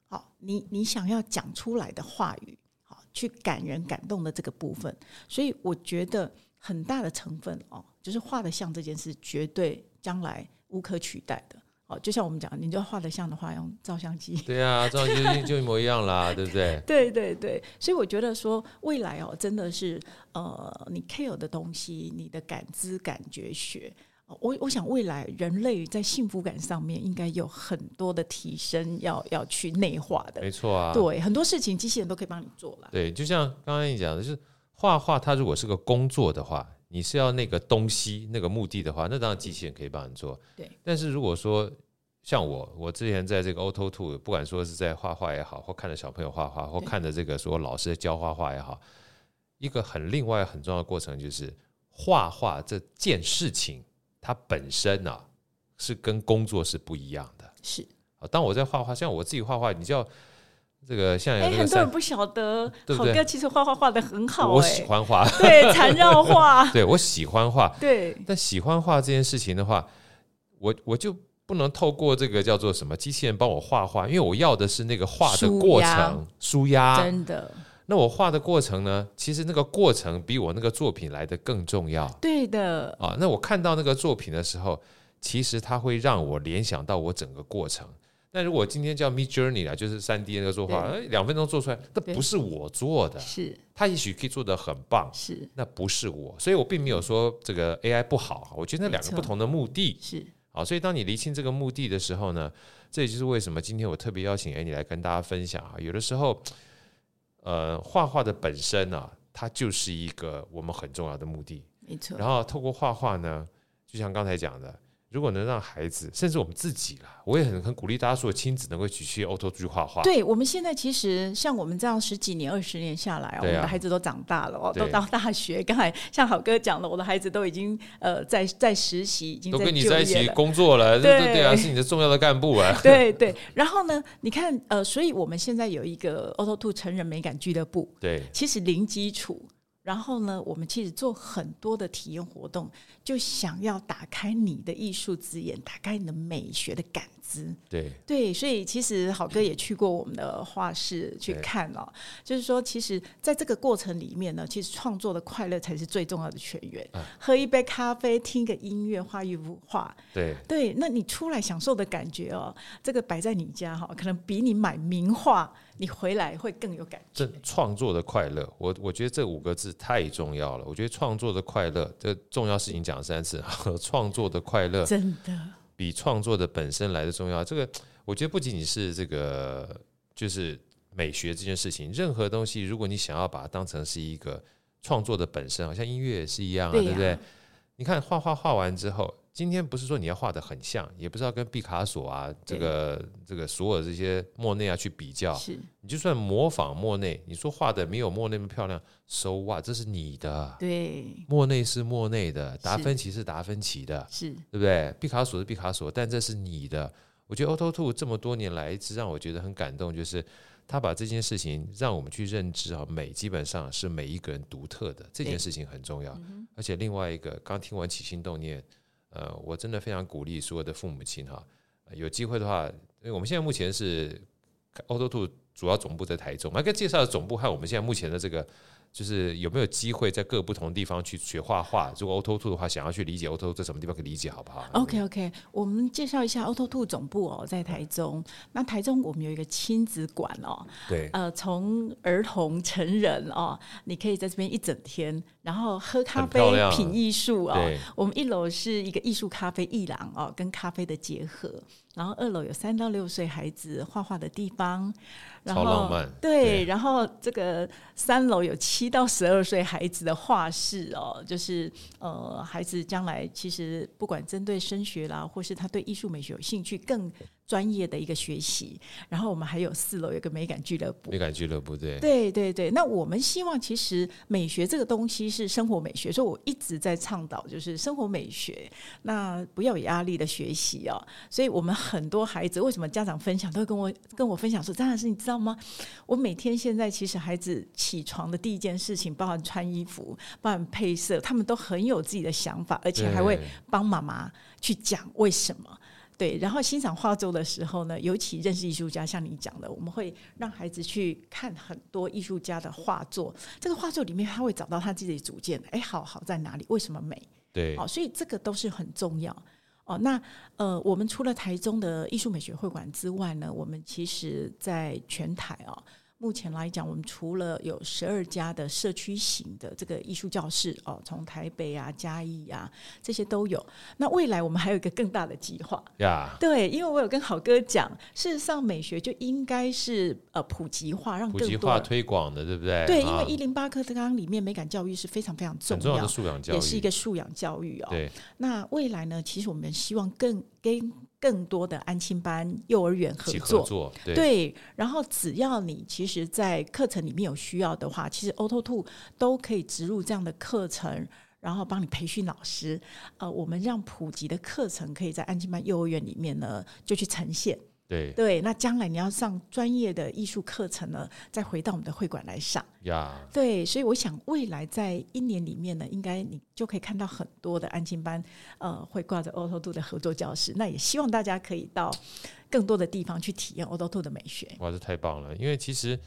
[SPEAKER 2] 好，你你想要讲出来的话语，好去感人感动的这个部分，所以我觉得很大的成分哦，就是画的像这件事，绝对将来无可取代的。哦，就像我们讲，你就画的像的话，用照相机
[SPEAKER 1] 对啊，这样就就一模一样啦，对不对？
[SPEAKER 2] 对对对，所以我觉得说未来哦，真的是呃，你 care 的东西，你的感知、感觉学，呃我我想未来人类在幸福感上面应该有很多的提升要，要去内化的。
[SPEAKER 1] 没错啊，
[SPEAKER 2] 对，很多事情机器人都可以帮你做了。
[SPEAKER 1] 对，就像刚才你讲的，就是画画，它如果是个工作的话，你是要那个东西、那个目的的话，那当然机器人可以帮你做。
[SPEAKER 2] 对，
[SPEAKER 1] 但是如果说像我，我之前在这个 Auto Two，不管说是在画画也好，或看着小朋友画画，或
[SPEAKER 2] 对
[SPEAKER 1] 看着这个说老师在教画画也好，一个很另外很重要的过程就是画画这件事情，它本身啊是跟工作是不一样的。
[SPEAKER 2] 是，
[SPEAKER 1] 啊，当我在画画，像我自己画画，你叫这个像有
[SPEAKER 2] 哎，
[SPEAKER 1] 那个
[SPEAKER 2] 很多人
[SPEAKER 1] 三，
[SPEAKER 2] 不晓得，
[SPEAKER 1] 对不
[SPEAKER 2] 好
[SPEAKER 1] 对
[SPEAKER 2] 哥其实画画画的很好、
[SPEAKER 1] 我
[SPEAKER 2] 哎，
[SPEAKER 1] 喜欢画，
[SPEAKER 2] 对，缠绕画，
[SPEAKER 1] 对我喜欢画，
[SPEAKER 2] 对，
[SPEAKER 1] 但喜欢画这件事情的话，我我就不能透过这个叫做什么机器人帮我画画，因为我要的是那个画的
[SPEAKER 2] 舒
[SPEAKER 1] 过
[SPEAKER 2] 压
[SPEAKER 1] 程，舒压。
[SPEAKER 2] 真的，
[SPEAKER 1] 那我画的过程呢，其实那个过程比我那个作品来的更重要
[SPEAKER 2] 对的，
[SPEAKER 1] 啊。那我看到那个作品的时候，其实它会让我联想到我整个过程。那如果今天叫 Mid Journey 啊，就是三 D 那个作画，哎两分钟做出来，那
[SPEAKER 2] 对
[SPEAKER 1] 不是我做的，
[SPEAKER 2] 是
[SPEAKER 1] 它也许可以做得很棒，
[SPEAKER 2] 是
[SPEAKER 1] 那不是我，所以我并没有说这个 AI 不好，啊我觉得那两个
[SPEAKER 2] 嗯没错
[SPEAKER 1] 不同的目的
[SPEAKER 2] 是，
[SPEAKER 1] 好，所以当你厘清这个目的的时候呢，这也就是为什么今天我特别邀请 Annie 来跟大家分享啊，有的时候，呃，画画的本身啊，它就是一个我们很重要的目的，
[SPEAKER 2] 没错，
[SPEAKER 1] 然后透过画画呢，就像刚才讲的。如果能让孩子，甚至我们自己啦，我也很很鼓励大家所有亲子能够一起去 auto 去画画。
[SPEAKER 2] 对，我们现在其实像我们这样十几年、二十年下来、哦，我
[SPEAKER 1] 对啊
[SPEAKER 2] 们的孩子都长大了哦，都
[SPEAKER 1] 对
[SPEAKER 2] 到大学。刚才像好哥讲了，我的孩子都已经呃在在实习，已经
[SPEAKER 1] 都
[SPEAKER 2] 在
[SPEAKER 1] 跟你
[SPEAKER 2] 就
[SPEAKER 1] 在
[SPEAKER 2] 业
[SPEAKER 1] 一起
[SPEAKER 2] 了。
[SPEAKER 1] 工作了，
[SPEAKER 2] 对
[SPEAKER 1] 对对啊，是你的重要的干部啊。
[SPEAKER 2] 对对，然后呢？你看，呃，所以我们现在有一个 Auto Two 成人美感俱乐部，
[SPEAKER 1] 对
[SPEAKER 2] 其实零基础，然后呢，我们其实做很多的体验活动，就想要打开你的艺术之眼，打开你的美学的感知。
[SPEAKER 1] 对，
[SPEAKER 2] 对，所以其实好哥也去过我们的画室去看了、就是说，其实在这个过程里面呢，其实创作的快乐才是最重要的泉源。喝一杯咖啡，听个音乐，画一幅画，
[SPEAKER 1] 对，
[SPEAKER 2] 对，那你出来享受的感觉哦，这个摆在你家哈、可能比你买名画，你回来会更有感
[SPEAKER 1] 这
[SPEAKER 2] 觉。
[SPEAKER 1] 创作的快乐，我我觉得这五个字太重要了。我觉得创作的快乐，这重要事情讲了三次， 创作的快乐
[SPEAKER 2] 真的，
[SPEAKER 1] 比创作的本身来的重要。这个我觉得不仅仅是这个，就是美学这件事情，任何东西，如果你想要把它当成是一个创作的本身，好像音乐也是一样啊，
[SPEAKER 2] 对
[SPEAKER 1] 对
[SPEAKER 2] 呀
[SPEAKER 1] 不对？你看画画画完之后，今天不是说你要画的很像，也不是要跟毕卡索啊，这
[SPEAKER 2] 对
[SPEAKER 1] 个这个所有这些莫内啊去比较，
[SPEAKER 2] 是
[SPEAKER 1] 你就算模仿莫内，你说画的没有莫内那么漂亮，so what？这是你的，
[SPEAKER 2] 对，
[SPEAKER 1] 莫内是莫内的，达
[SPEAKER 2] 是
[SPEAKER 1] 芬奇是达芬奇的，
[SPEAKER 2] 是
[SPEAKER 1] 对不对？毕卡索是毕卡索，但这是你的。我觉得 Auto Two 这么多年来一直让我觉得很感动，就是他把这件事情让我们去认知啊，美基本上是每一个人独特的，这件事情很重
[SPEAKER 2] 嗯
[SPEAKER 1] 要。而且另外一个，刚听完起心动念，呃，我真的非常鼓励所有的父母亲哈，呃有机会的话，因为我们现在目前是 Auto Two 主要总部在台中，来跟介绍总部和我们现在目前的这个。就是有没有机会在各个不同地方去学画画？如果 Auto Two 的话，想要去理解 Auto Two 在什么地方可以理解，好不好
[SPEAKER 2] OK OK，我们介绍一下 Auto Two 总部哦，在台中。那台中我们有一个亲子馆哦，
[SPEAKER 1] 对，
[SPEAKER 2] 呃，从儿童、成人哦，你可以在这边一整天，然后喝咖
[SPEAKER 1] 很
[SPEAKER 2] 啡
[SPEAKER 1] 漂亮、啊
[SPEAKER 2] 品艺术哦
[SPEAKER 1] 对。
[SPEAKER 2] 我们一楼是一个艺术咖啡艺廊哦，跟咖啡的结合。然后二楼有三到六岁孩子画画的地方，然后
[SPEAKER 1] 超浪漫
[SPEAKER 2] 对，
[SPEAKER 1] 对
[SPEAKER 2] 然后这个三楼有七到十二岁孩子的画室哦，就是呃，孩子将来其实不管针对升学啦，或是他对艺术美学有兴趣，更专业的一个学习。然后我们还有四楼有个美感俱乐部。
[SPEAKER 1] 美感俱乐部对，
[SPEAKER 2] 对对对，那我们希望其实美学这个东西是生活美学，所以我一直在倡导就是生活美学，那不要有压力的学习哦。所以我们很多孩子为什么家长分享都会跟我跟我分享说，张老师你知道吗？我每天现在其实孩子起床的第一件事情，包含穿衣服，包含配色，他们都很有自己的想法，而且还会
[SPEAKER 1] 对
[SPEAKER 2] 帮妈妈去讲为什么。对，然后欣赏画作的时候呢，尤其认识艺术家，像你讲的，我们会让孩子去看很多艺术家的画作。这个画作里面，他会找到他自己的主见，哎，好好在哪里？为什么美？
[SPEAKER 1] 对
[SPEAKER 2] 哦，所以这个都是很重要。哦，那呃，我们除了台中的艺术美学会馆之外呢，我们其实在全台哦，目前来讲，我们除了有十二家的社区型的这个艺术教室哦，从台北啊、嘉义啊这些都有。那未来我们还有一个更大的计划，
[SPEAKER 1] 呀，
[SPEAKER 2] 对，因为我有跟好哥讲，事实上美学就应该是呃普及化，让
[SPEAKER 1] 普
[SPEAKER 2] 更
[SPEAKER 1] 及
[SPEAKER 2] 多
[SPEAKER 1] 化
[SPEAKER 2] 人
[SPEAKER 1] 推广的，对不对？
[SPEAKER 2] 对，因
[SPEAKER 1] 啊
[SPEAKER 2] 为一零八课纲里面美感教育是非常非常重
[SPEAKER 1] 很重要的素养教育
[SPEAKER 2] 也是一个素养教育哦。
[SPEAKER 1] 对
[SPEAKER 2] 那未来呢？其实我们希望更跟更多的安亲班、幼儿园合
[SPEAKER 1] 起
[SPEAKER 2] 作
[SPEAKER 1] 合。作，对
[SPEAKER 2] 对，然后只要你其实，在课程里面有需要的话，其实 Auto Two 都可以植入这样的课程，然后帮你培训老师。呃，我们让普及的课程可以在安亲班、幼儿园里面呢，就去呈现。
[SPEAKER 1] 对
[SPEAKER 2] 对，那将来你要上专业的艺术课程呢，再回到我们的会馆来上。
[SPEAKER 1] 呀，
[SPEAKER 2] 对，所以我想未来在一年里面呢，应该你就可以看到很多的安静班，呃，会挂着 Auto Two 的合作教室。那也希望大家可以到更多的地方去体验 Auto Two 的美学。
[SPEAKER 1] 哇，这太棒了！因为其实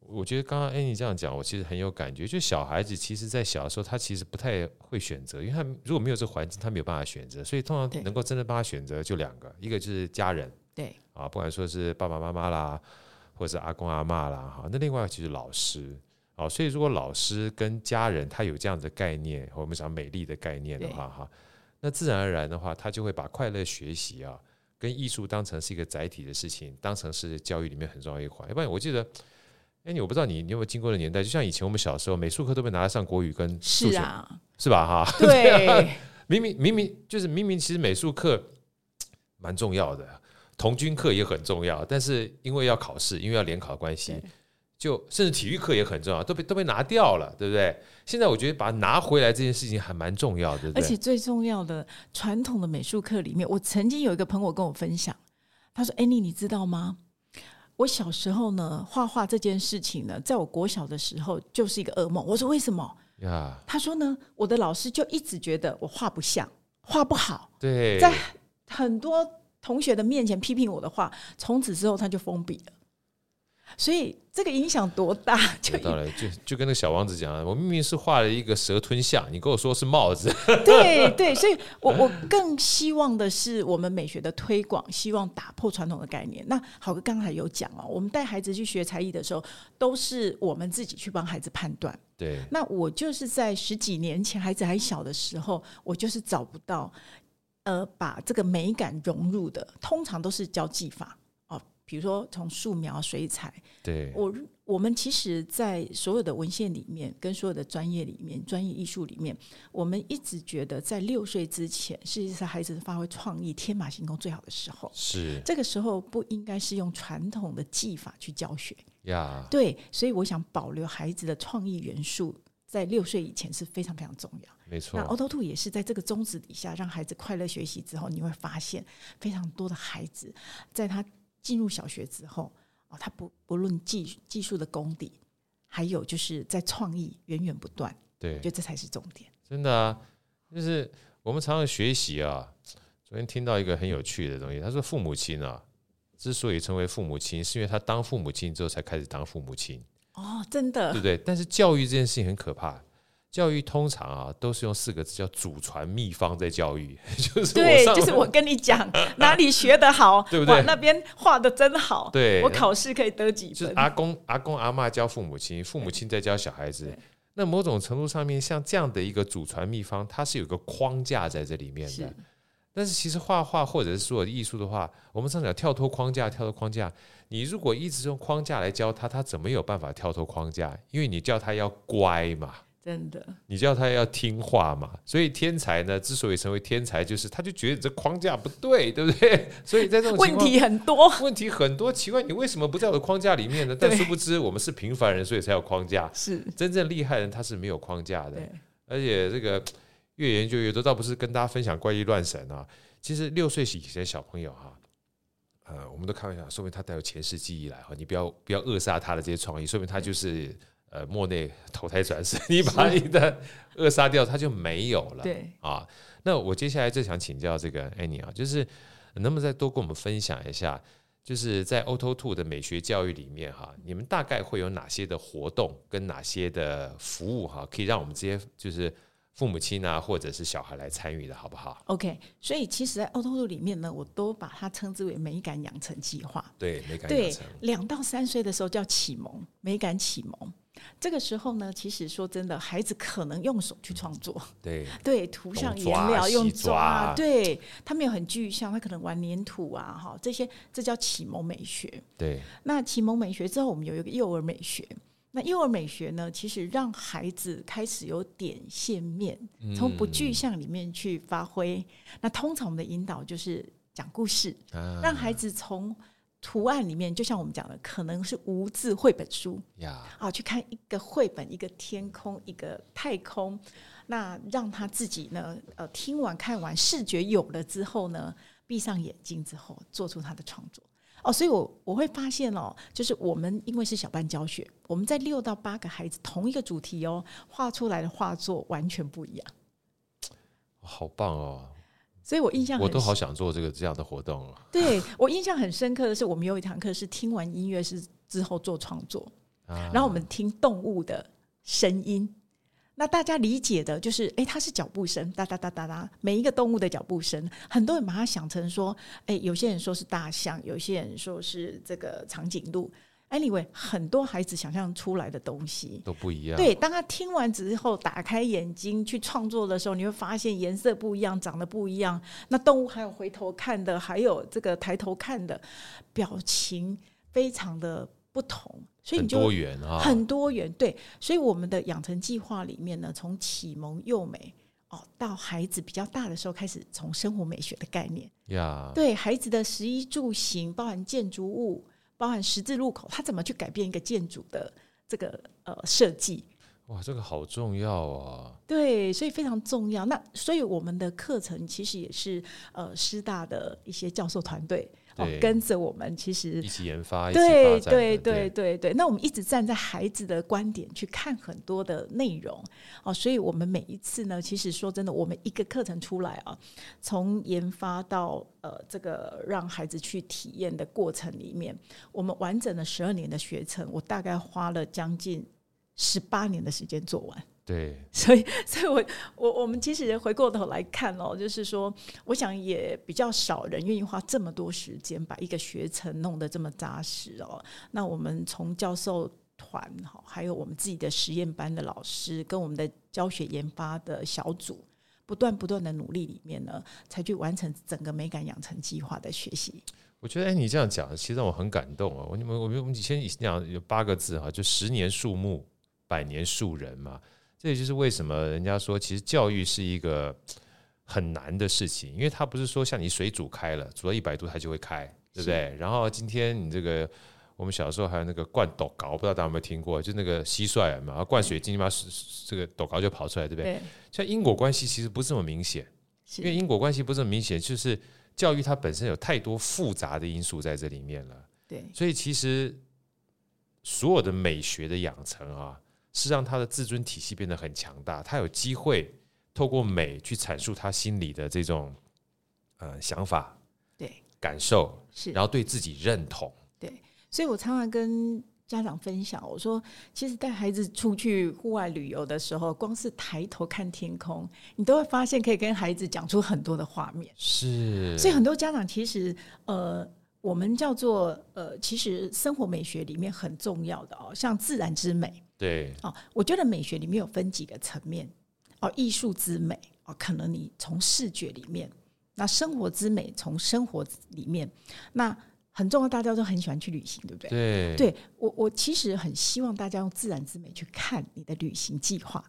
[SPEAKER 1] 我觉得刚刚 Annie 这样讲，我其实很有感觉。就小孩子其实，在小的时候，他其实不太会选择，因为他如果没有这个环境，他没有办法选择。所以通
[SPEAKER 2] 对
[SPEAKER 1] 常能够真的帮他选择就两个，一个就是家人
[SPEAKER 2] 对，
[SPEAKER 1] 啊，不管说是爸爸妈妈啦，或者是阿公阿妈啦，哈，那另外就是老师。哦，所以如果老师跟家人他有这样的概念，我们讲美丽的概念的话，哈，那自然而然的话，他就会把快乐学习啊，跟艺术当成是一个载体的事情，当成是教育里面很重要一环。要不然我记得，哎，你我不知道你你有没有经过的年代，就像以前我们小时候，美术课都被拿来上国语跟数
[SPEAKER 2] 是
[SPEAKER 1] 学，
[SPEAKER 2] 啊，
[SPEAKER 1] 是吧？哈，
[SPEAKER 2] 对，
[SPEAKER 1] 明明明明就是明明，其实美术课蛮重要的，童军课也很重要，但是因为要考试，因为要联考的关系
[SPEAKER 2] 对，
[SPEAKER 1] 就甚至体育课也很重要，都被都被拿掉了，对不对？现在我觉得把它拿回来这件事情还蛮重要的，对不
[SPEAKER 2] 而
[SPEAKER 1] 对？
[SPEAKER 2] 且最重要的，传统的美术课里面，我曾经有一个朋友跟我分享，他说：“安哎妮，你知道吗？我小时候呢，画画这件事情呢，在我国小的时候就是一个噩梦。”我说：“为什么？”
[SPEAKER 1] 呀，
[SPEAKER 2] 他说呢，我的老师就一直觉得我画不像，画不好，
[SPEAKER 1] 对，
[SPEAKER 2] 在很多同学的面前批评我的话，从此之后他就封笔了。所以这个影响多大？就
[SPEAKER 1] 有道理，就就跟那个小王子讲啊，我明明是画了一个蛇吞象，你跟我说是帽子，
[SPEAKER 2] 对对，所以我我更希望的是我们美学的推广，希望打破传统的概念。那好哥刚才有讲哦，我们带孩子去学才艺的时候，都是我们自己去帮孩子判断。
[SPEAKER 1] 对，
[SPEAKER 2] 那我就是在十几年前，孩子还小的时候，我就是找不到，呃，把这个美感融入的，通常都是教技法哦，比如说从素描、水彩。
[SPEAKER 1] 对，
[SPEAKER 2] 我我们其实，在所有的文献里面，跟所有的专业里面、专业艺术里面，我们一直觉得，在六岁之前，实际上孩子发挥创意、天马行空最好的时候。
[SPEAKER 1] 是
[SPEAKER 2] 这个时候不应该是用传统的技法去教学，
[SPEAKER 1] 呀，
[SPEAKER 2] 对，所以我想保留孩子的创意元素，在六岁以前是非常非常重要。
[SPEAKER 1] 没错，
[SPEAKER 2] 那哦凹凸兔也是在这个宗旨底下，让孩子快乐学习之后，你会发现非常多的孩子，在他进入小学之后，哦，他不不论技技术的功底，还有就是在创意源源不断，
[SPEAKER 1] 对
[SPEAKER 2] 我觉，得这才是重点。
[SPEAKER 1] 真的啊，就是我们常常学习啊。昨天听到一个很有趣的东西，他说父母亲啊，之所以成为父母亲，是因为他当父母亲之后才开始当父母亲，
[SPEAKER 2] 哦，真
[SPEAKER 1] 对
[SPEAKER 2] 的
[SPEAKER 1] 不对？但是教育这件事情很可怕。教育通常啊都是用四个字叫祖传秘方在教育， 就是
[SPEAKER 2] 对，
[SPEAKER 1] 上
[SPEAKER 2] 就是我跟你讲，哪里学得好，
[SPEAKER 1] 对不对
[SPEAKER 2] 哇那边画的真好，
[SPEAKER 1] 对
[SPEAKER 2] 我考试可以得几
[SPEAKER 1] 就是
[SPEAKER 2] 分，
[SPEAKER 1] 阿公、阿公、阿嬷教父母亲，父母亲在教小孩子
[SPEAKER 2] 对。
[SPEAKER 1] 那某种程度上面，像这样的一个祖传秘方，它是有个框架在这里面
[SPEAKER 2] 是
[SPEAKER 1] 的。但是其实画画或者是所有艺术的话，我们常讲跳脱框架，跳脱框架。你如果一直用框架来教他，他怎么有办法跳脱框架？因为你叫他要乖嘛，
[SPEAKER 2] 真的
[SPEAKER 1] 你叫他要听话嘛。所以天才呢，之所以成为天才，就是他就觉得你这框架不对，对不对？ 所以在这种情
[SPEAKER 2] 问
[SPEAKER 1] 况
[SPEAKER 2] 题很多，
[SPEAKER 1] 问题很多，奇怪，你为什么不在我的框架里面呢？但
[SPEAKER 2] 对
[SPEAKER 1] 殊不知，我们是平凡人，所以才有框架。
[SPEAKER 2] 是
[SPEAKER 1] 真正厉害的人他是没有框架的，
[SPEAKER 2] 对。
[SPEAKER 1] 而且这个越研究越多，倒不是跟大家分享怪力乱神啊。其实六岁以前小朋友哈、呃，我们都开玩笑，说明他带有前世记忆来哈，你不要不要扼杀他的这些创意，说明他就是呃莫内投胎转世， 你把你的扼杀掉，他就没有了。
[SPEAKER 2] 对
[SPEAKER 1] 啊，那我接下来就想请教这个 Annie 啊，就是能不能再多跟我们分享一下，就是在 Auto Two 的美学教育里面哈、你们大概会有哪些的活动跟哪些的服务哈、可以让我们这些就是父母亲啊或者是小孩来参与的好不好？
[SPEAKER 2] OK，所以其实，在凹凸兔里面呢，我都把它称之为美感养成计划。
[SPEAKER 1] 对，美感养
[SPEAKER 2] 对
[SPEAKER 1] 成，
[SPEAKER 2] 两到三岁的时候叫启蒙，美感启蒙。这个时候呢，其实说真的，孩子可能用手去创作，
[SPEAKER 1] 对
[SPEAKER 2] 对，涂上
[SPEAKER 1] 嗯用
[SPEAKER 2] 颜
[SPEAKER 1] 抓
[SPEAKER 2] 料，
[SPEAKER 1] 洗
[SPEAKER 2] 用
[SPEAKER 1] 抓
[SPEAKER 2] 对他没有很具象，他可能玩粘土啊，哈，这些这叫启蒙美学。
[SPEAKER 1] 对
[SPEAKER 2] 那启蒙美学之后，我们有一个幼儿美学。那幼儿美学呢，其实让孩子开始有点线面，从不具象里面去发挥。那通常我们的引导就是讲故事，
[SPEAKER 1] 啊
[SPEAKER 2] 让孩子从图案里面，就像我们讲的，可能是无字绘本书
[SPEAKER 1] 呀，
[SPEAKER 2] 啊，去看一个绘本，一个天空，一个太空。那让他自己呢，呃，听完看完，视觉有了之后呢，闭上眼睛之后，做出他的创作。哦，所以我我会发现哦，就是我们因为是小班教学，我们在六到八个孩子同一个主题哦，画出来的画作完全不一样。
[SPEAKER 1] 好棒哦！
[SPEAKER 2] 所以我印象很
[SPEAKER 1] 我都好想做这个这样的活动哦。
[SPEAKER 2] 对我印象很深刻的是，我们有一堂课是听完音乐是之后做创作，
[SPEAKER 1] 啊
[SPEAKER 2] 然后我们听动物的声音。那大家理解的就是，诶，它是脚步声，哒哒哒哒哒，每一个动物的脚步声，很多人把它想成说，诶，有些人说是大象，有些人说是这个长颈鹿。Anyway，很多孩子想象出来的东西，
[SPEAKER 1] 都不一样，
[SPEAKER 2] 对，当他听完之后，打开眼睛去创作的时候，你会发现颜色不一样，长得不一样。那动物还有回头看的，还有这个抬头看的，表情非常的不同，所以
[SPEAKER 1] 很
[SPEAKER 2] 你
[SPEAKER 1] 多
[SPEAKER 2] 就
[SPEAKER 1] 元啊，
[SPEAKER 2] 很多元。对，所以我们的养成计划里面呢，从启蒙幼美哦，到孩子比较大的时候，开始从生活美学的概念。
[SPEAKER 1] 呀，
[SPEAKER 2] 对孩子的食衣住行，包含建筑物，包含十字路口，他怎么去改变一个建筑的这个呃设计？
[SPEAKER 1] 哇，这个好重要啊！
[SPEAKER 2] 对，所以非常重要。那所以我们的课程其实也是呃师大的一些教授团队哦
[SPEAKER 1] 对
[SPEAKER 2] 跟着我们，其实
[SPEAKER 1] 一起研发，一起发
[SPEAKER 2] 对
[SPEAKER 1] 展的，
[SPEAKER 2] 对对对对，那我们一直站在孩子的观点去看很多的内容哦，所以我们每一次呢，其实说真的，我们一个课程出来啊，从研发到呃这个让孩子去体验的过程里面，我们完整的十二年的学程，我大概花了将近十八年的时间做完。
[SPEAKER 1] 对
[SPEAKER 2] 所以， 所以我我我们其实回过头来看哦，就是说，我想也比较少人愿意花这么多时间把一个学程弄得这么扎实哦。那我们从教授团哈，还有我们自己的实验班的老师，跟我们的教学研发的小组。不断不断的努力里面呢，才去完成整个美感养成计划的学习。
[SPEAKER 1] 我觉得哎，你这样讲，其实让我很感动啊！我你们我们我们以前讲有八个字哈、就十年树木，百年树人嘛。这也就是为什么人家说，其实教育是一个很难的事情，因为它不是说像你水煮开了，煮到一百度它就会开，对不对？然后今天你这个。我们小时候还有那个灌斗糕，不知道大家有没有听过？就那个蟋蟀嘛，然后灌水进去嘛，这个斗糕就跑出来，对不对？
[SPEAKER 2] 对，
[SPEAKER 1] 像因果关系其实不是这么明显，因为
[SPEAKER 2] 是，
[SPEAKER 1] 因果关系不是很明显，就是教育它本身有太多复杂的因素在这里面了。
[SPEAKER 2] 对，
[SPEAKER 1] 所以其实所有的美学的养成啊，是让他的自尊体系变得很强大，他有机会透过美去阐述他心里的这种呃想法、
[SPEAKER 2] 对，
[SPEAKER 1] 感受，
[SPEAKER 2] 是。
[SPEAKER 1] 然后对自己认同。
[SPEAKER 2] 所以我常常跟家长分享，我说，其实带孩子出去户外旅游的时候，光是抬头看天空，你都会发现可以跟孩子讲出很多的画面。
[SPEAKER 1] 是，
[SPEAKER 2] 所以很多家长其实，呃，我们叫做呃，其实生活美学里面很重要的哦，像自然之美
[SPEAKER 1] 对
[SPEAKER 2] 哦，我觉得美学里面有分几个层面哦，艺术之美哦，可能你从视觉里面，那生活之美从生活里面，那很重要，大家都很喜欢去旅行，对不对？
[SPEAKER 1] 对
[SPEAKER 2] 对我，我其实很希望大家用自然之美去看你的旅行计划，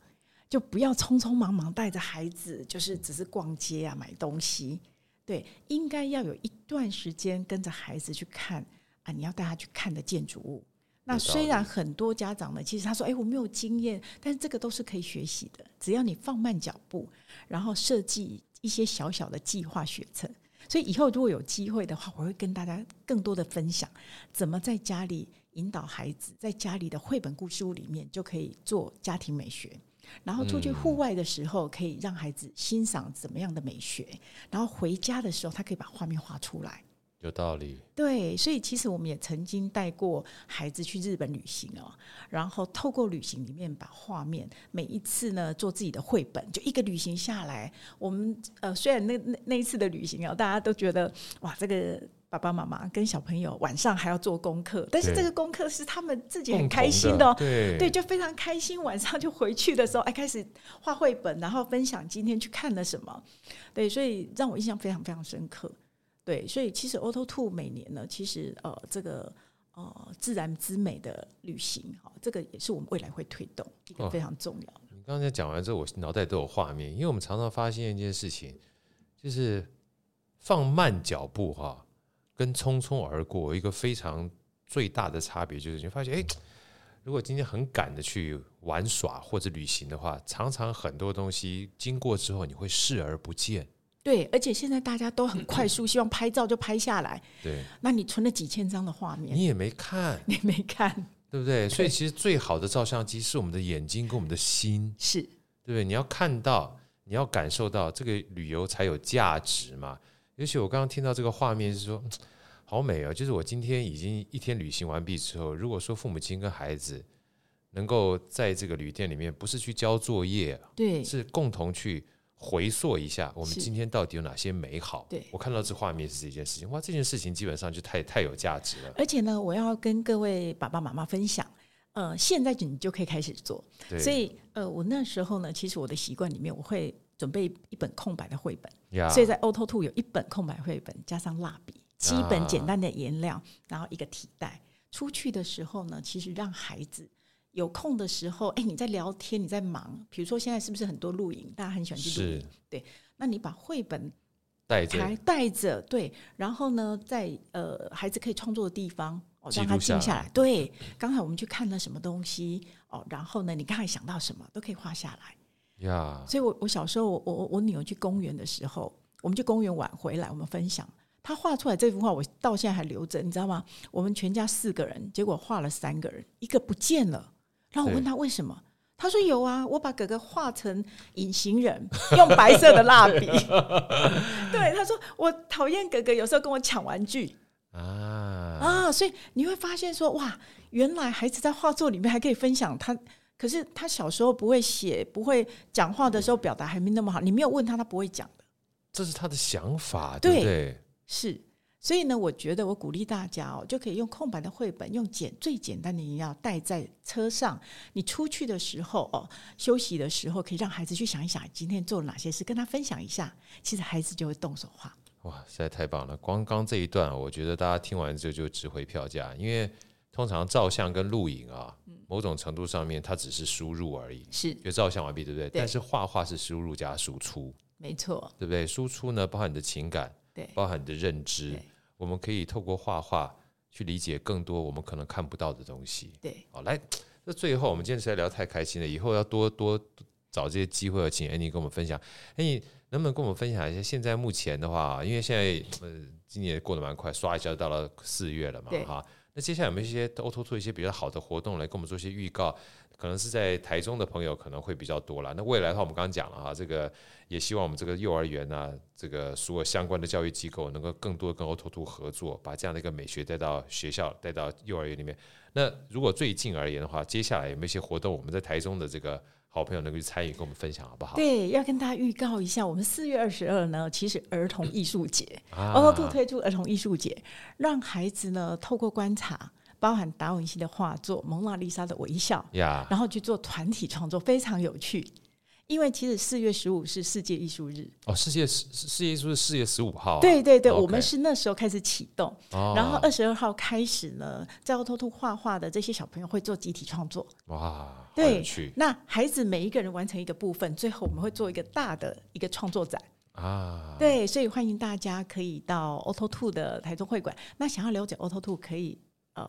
[SPEAKER 2] 就不要匆匆忙忙带着孩子，就是只是逛街啊、买东西。对，应该要有一段时间跟着孩子去看啊，你要带他去看的建筑物。那
[SPEAKER 1] 有道
[SPEAKER 2] 虽然
[SPEAKER 1] 理
[SPEAKER 2] 很多家长呢，其实他说：“哎，我没有经验，但是这个都是可以学习的，只要你放慢脚步，然后设计一些小小的计划学程。”所以以后如果有机会的话，我会跟大家更多的分享。怎么在家里引导孩子，在家里的绘本故事屋里面就可以做家庭美学，然后出
[SPEAKER 1] 嗯
[SPEAKER 2] 去户外的时候可以让孩子欣赏怎么样的美学，然后回家的时候他可以把画面画出来。
[SPEAKER 1] 有道理。
[SPEAKER 2] 对，所以其实我们也曾经带过孩子去日本旅行哦，然后透过旅行里面把画面，每一次呢做自己的绘本，就一个旅行下来，我们呃虽然那那那一次的旅行哦，大家都觉得哇这个。爸爸妈妈跟小朋友晚上还要做功课，但是
[SPEAKER 1] 对
[SPEAKER 2] 这个功课是他们自己
[SPEAKER 1] 共
[SPEAKER 2] 很开
[SPEAKER 1] 同
[SPEAKER 2] 心的哦，
[SPEAKER 1] 对
[SPEAKER 2] 对，就非常开心。晚上就回去的时候，哎， 开始画绘本，然后分享今天去看了什么。对，所以让我印象非常非常深刻。对，所以其实 Auto Two 每年呢，其实呃，这个呃自然之美的旅行，哈、这个也是我们未来会推动一个
[SPEAKER 1] 哦
[SPEAKER 2] 非常重要的。
[SPEAKER 1] 你刚才讲完之后，我脑袋都有画面，因为我们常常发现一件事情，就是放慢脚步哈、跟匆匆而过有一个非常最大的差别，就是你发现，哎，如果今天很赶的去玩耍或者旅行的话，常常很多东西经过之后，你会视而不见。
[SPEAKER 2] 对，而且现在大家都很快速，希望拍照就拍下来。
[SPEAKER 1] 对
[SPEAKER 2] 那你存了几千张的画面，
[SPEAKER 1] 你也没看，
[SPEAKER 2] 你没看？
[SPEAKER 1] 对不对？所以其实最好的照相机是我们的眼睛跟我们的心。
[SPEAKER 2] 是
[SPEAKER 1] 对不对？你要看到，你要感受到，这个旅游才有价值嘛。尤其我刚刚听到这个画面是说，嗯好美哦！就是我今天已经一天旅行完毕之后，如果说父母亲跟孩子能够在这个旅店里面，不是去交作业，
[SPEAKER 2] 对，
[SPEAKER 1] 是共同去回溯一下我们
[SPEAKER 2] 是
[SPEAKER 1] 今天到底有哪些美好。
[SPEAKER 2] 对
[SPEAKER 1] 我看到这画面是这件事情，哇，这件事情基本上就太太有价值了。
[SPEAKER 2] 而且呢，我要跟各位爸爸妈妈分享，呃，现在你就可以开始做。
[SPEAKER 1] 对，
[SPEAKER 2] 所以，呃，我那时候呢，其实我的习惯里面，我会准备一本空白的绘本，
[SPEAKER 1] 呀
[SPEAKER 2] 所以在 Auto Two 有一本空白绘本，加上蜡笔，基本简单的颜料，然后一个提袋。出去的时候呢，其实让孩子。有空的时候，哎、你在聊天，你在忙，比如说现在是不是很多露营，大家很喜欢去露
[SPEAKER 1] 是
[SPEAKER 2] 营？那你把绘本
[SPEAKER 1] 带着
[SPEAKER 2] 还带着对，然后呢，在呃孩子可以创作的地方哦，
[SPEAKER 1] 记
[SPEAKER 2] 让他
[SPEAKER 1] 录下
[SPEAKER 2] 静下
[SPEAKER 1] 来
[SPEAKER 2] 来。对，刚才我们去看了什么东西哦，然后呢，你刚才想到什么都可以画下来。
[SPEAKER 1] 呀，
[SPEAKER 2] 所以我我小时候，我我我女儿去公园的时候，我们去公园玩回来，我们分享她画出来这幅画，我到现在还留着，你知道吗？我们全家四个人，结果画了三个人，一个不见了。然后我问
[SPEAKER 1] 对
[SPEAKER 2] 她为什么，她说有啊，我把哥哥画成隐形人， 用白色的蜡笔。对，她说我讨厌哥哥，有时候跟我抢玩具
[SPEAKER 1] 啊，
[SPEAKER 2] 啊，所以你会发现说，哇，原来孩子在画作里面还可以分享他，可是他小时候不会写，不会讲话的时候表达还没那么好，你没有问他，他不会讲的。
[SPEAKER 1] 这是他的想法，
[SPEAKER 2] 对
[SPEAKER 1] 对不对？
[SPEAKER 2] 是，所以呢，我觉得我鼓励大家哦，就可以用空白的绘本，用简最简单的饮料带在车上，你出去的时候哦，休息的时候可以让孩子去想一想今天做了哪些事，跟他分享一下，其实孩子就会动手画。
[SPEAKER 1] 哇，实在太棒了！光刚这一段，啊我觉得大家听完之后就值回票价，因为通常照相跟录影啊，
[SPEAKER 2] 嗯
[SPEAKER 1] 某种程度上面它只是输入而已，
[SPEAKER 2] 是，
[SPEAKER 1] 就照相完毕，对不对？
[SPEAKER 2] 对
[SPEAKER 1] 但是画画是输入加输出，
[SPEAKER 2] 没错，
[SPEAKER 1] 对不对？输出呢，包含你的情感，
[SPEAKER 2] 对
[SPEAKER 1] 包含你的认知
[SPEAKER 2] 对，
[SPEAKER 1] 我们可以透过画画去理解更多我们可能看不到的东西。
[SPEAKER 2] 对，
[SPEAKER 1] 好，来，那最后我们今天实在聊得太开心了，以后要多多找这些机会，请 Annie 跟我们分享。Annie 能不能跟我们分享一下现在目前的话，因为现在呃今年过得蛮快，刷一下就到了四月了嘛
[SPEAKER 2] 对，
[SPEAKER 1] 哈。那接下来有没有一些 O T 做一些比较好的活动来跟我们做一些预告？可能是在台中的朋友可能会比较多了。那未来的话，我们刚刚讲了哈，这个也希望我们这个幼儿园啊，这个所有相关的教育机构能够更多地跟 O T 合作，把这样的一个美学带到学校、带到幼儿园里面。那如果最近而言的话，接下来有没有一些活动，我们在台中的这个好朋友能够去参与，跟我们分享好不好？
[SPEAKER 2] 对，要跟大家预告一下，我们四月二十二呢，其实儿童艺术节，
[SPEAKER 1] 啊，
[SPEAKER 2] 欧兔推出儿童艺术节，让孩子呢透过观察，包含达文西的画作、蒙娜丽莎的微笑，
[SPEAKER 1] 呀，
[SPEAKER 2] 然后去做团体创作，非常有趣。因为其实四月十五是世界艺术日，
[SPEAKER 1] 哦，世界世世界艺术是四月十五号啊、
[SPEAKER 2] 对对对，
[SPEAKER 1] OK
[SPEAKER 2] 我们是那时候开始启动，
[SPEAKER 1] 哦，
[SPEAKER 2] 然后二十二号开始呢，在欧偷兔画画的这些小朋友会做集体创作，
[SPEAKER 1] 哇，好
[SPEAKER 2] 对
[SPEAKER 1] 有趣
[SPEAKER 2] 那孩子每一个人完成一个部分，最后我们会做一个大的一个创作展。
[SPEAKER 1] 啊，
[SPEAKER 2] 对，所以欢迎大家可以到 Auto Two 的台中会馆。那想要了解 Auto Two，可以呃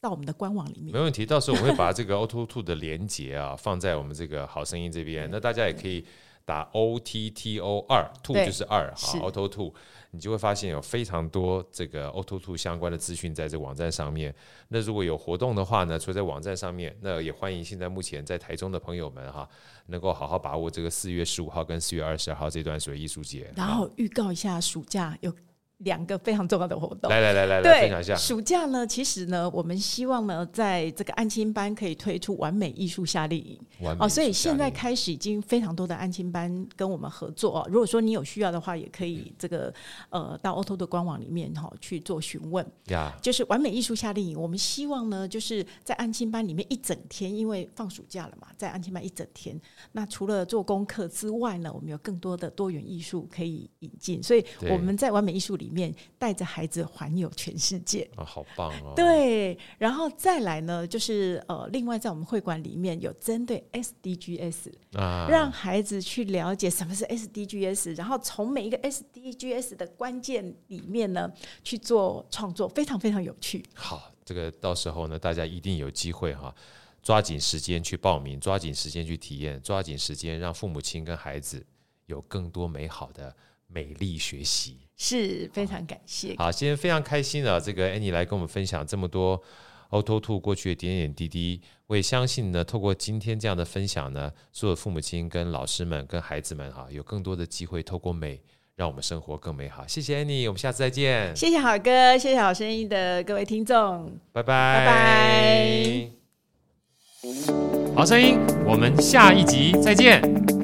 [SPEAKER 2] 到我们的官网里面
[SPEAKER 1] 没。问题。到时候我会把这个 O T Two 的连接啊放在我们这个好声音这边，那大家也可以打 O T T O 二 two
[SPEAKER 2] 对
[SPEAKER 1] 就是二
[SPEAKER 2] 是
[SPEAKER 1] 哈 O T Two，你就会发现有非常多这个 O T Two 相关的资讯在这网站上面。那如果有活动的话呢，除了在网站上面，那也欢迎现在目前在台中的朋友们哈，能够好好把握这个四月十五号跟四月二十号这段所谓艺术节。
[SPEAKER 2] 然
[SPEAKER 1] 好
[SPEAKER 2] 后预告一下，暑假有两个非常重要的活动。
[SPEAKER 1] 来来来来来分享一下
[SPEAKER 2] 对，暑假呢，其实呢，我们希望呢，在这个安亲班可以推出完美艺术夏令营。
[SPEAKER 1] 完美
[SPEAKER 2] 哦，所以
[SPEAKER 1] 艺术家
[SPEAKER 2] 现在
[SPEAKER 1] 嗯令
[SPEAKER 2] 开始已经非常多的安亲班跟我们合作哦。如果说你有需要的话，也可以这个呃到 Auto 的官网里面哈、哦、去做询问。
[SPEAKER 1] 呀
[SPEAKER 2] 就是完美艺术夏令营，我们希望呢，就是在安亲班里面一整天，因为放暑假了嘛，在安亲班一整天。那除了做功课之外呢，我们有更多的多元艺术可以引进，所以
[SPEAKER 1] 对
[SPEAKER 2] 我们在完美艺术里面带着孩子环游全世界。
[SPEAKER 1] 啊，好棒哦！
[SPEAKER 2] 对，然后再来呢，就是呃，另外在我们会馆里面有针对 SDGs，
[SPEAKER 1] 啊，
[SPEAKER 2] 让孩子去了解什么是 SDGs，然后从每一个 SDGs 的关键里面呢去做创作，非常非常有趣。
[SPEAKER 1] 好，这个到时候呢，大家一定有机会哈、抓紧时间去报名，抓紧时间去体验，抓紧时间让父母亲跟孩子有更多美好的美丽学习。
[SPEAKER 2] 是非常感谢。
[SPEAKER 1] 好，今天非常开心啊，这个 Annie 来跟我们分享这么多 Auto Two 过去的点点滴滴。我也相信呢，透过今天这样的分享呢，所有父母亲跟老师们跟孩子们哈、有更多的机会透过美，让我们生活更美好。谢谢 Annie，我们下次再见，
[SPEAKER 2] 谢谢好哥，谢谢好声音的各位听众。
[SPEAKER 1] 拜拜，
[SPEAKER 2] 拜拜。
[SPEAKER 1] 好声音，我们下一集再见。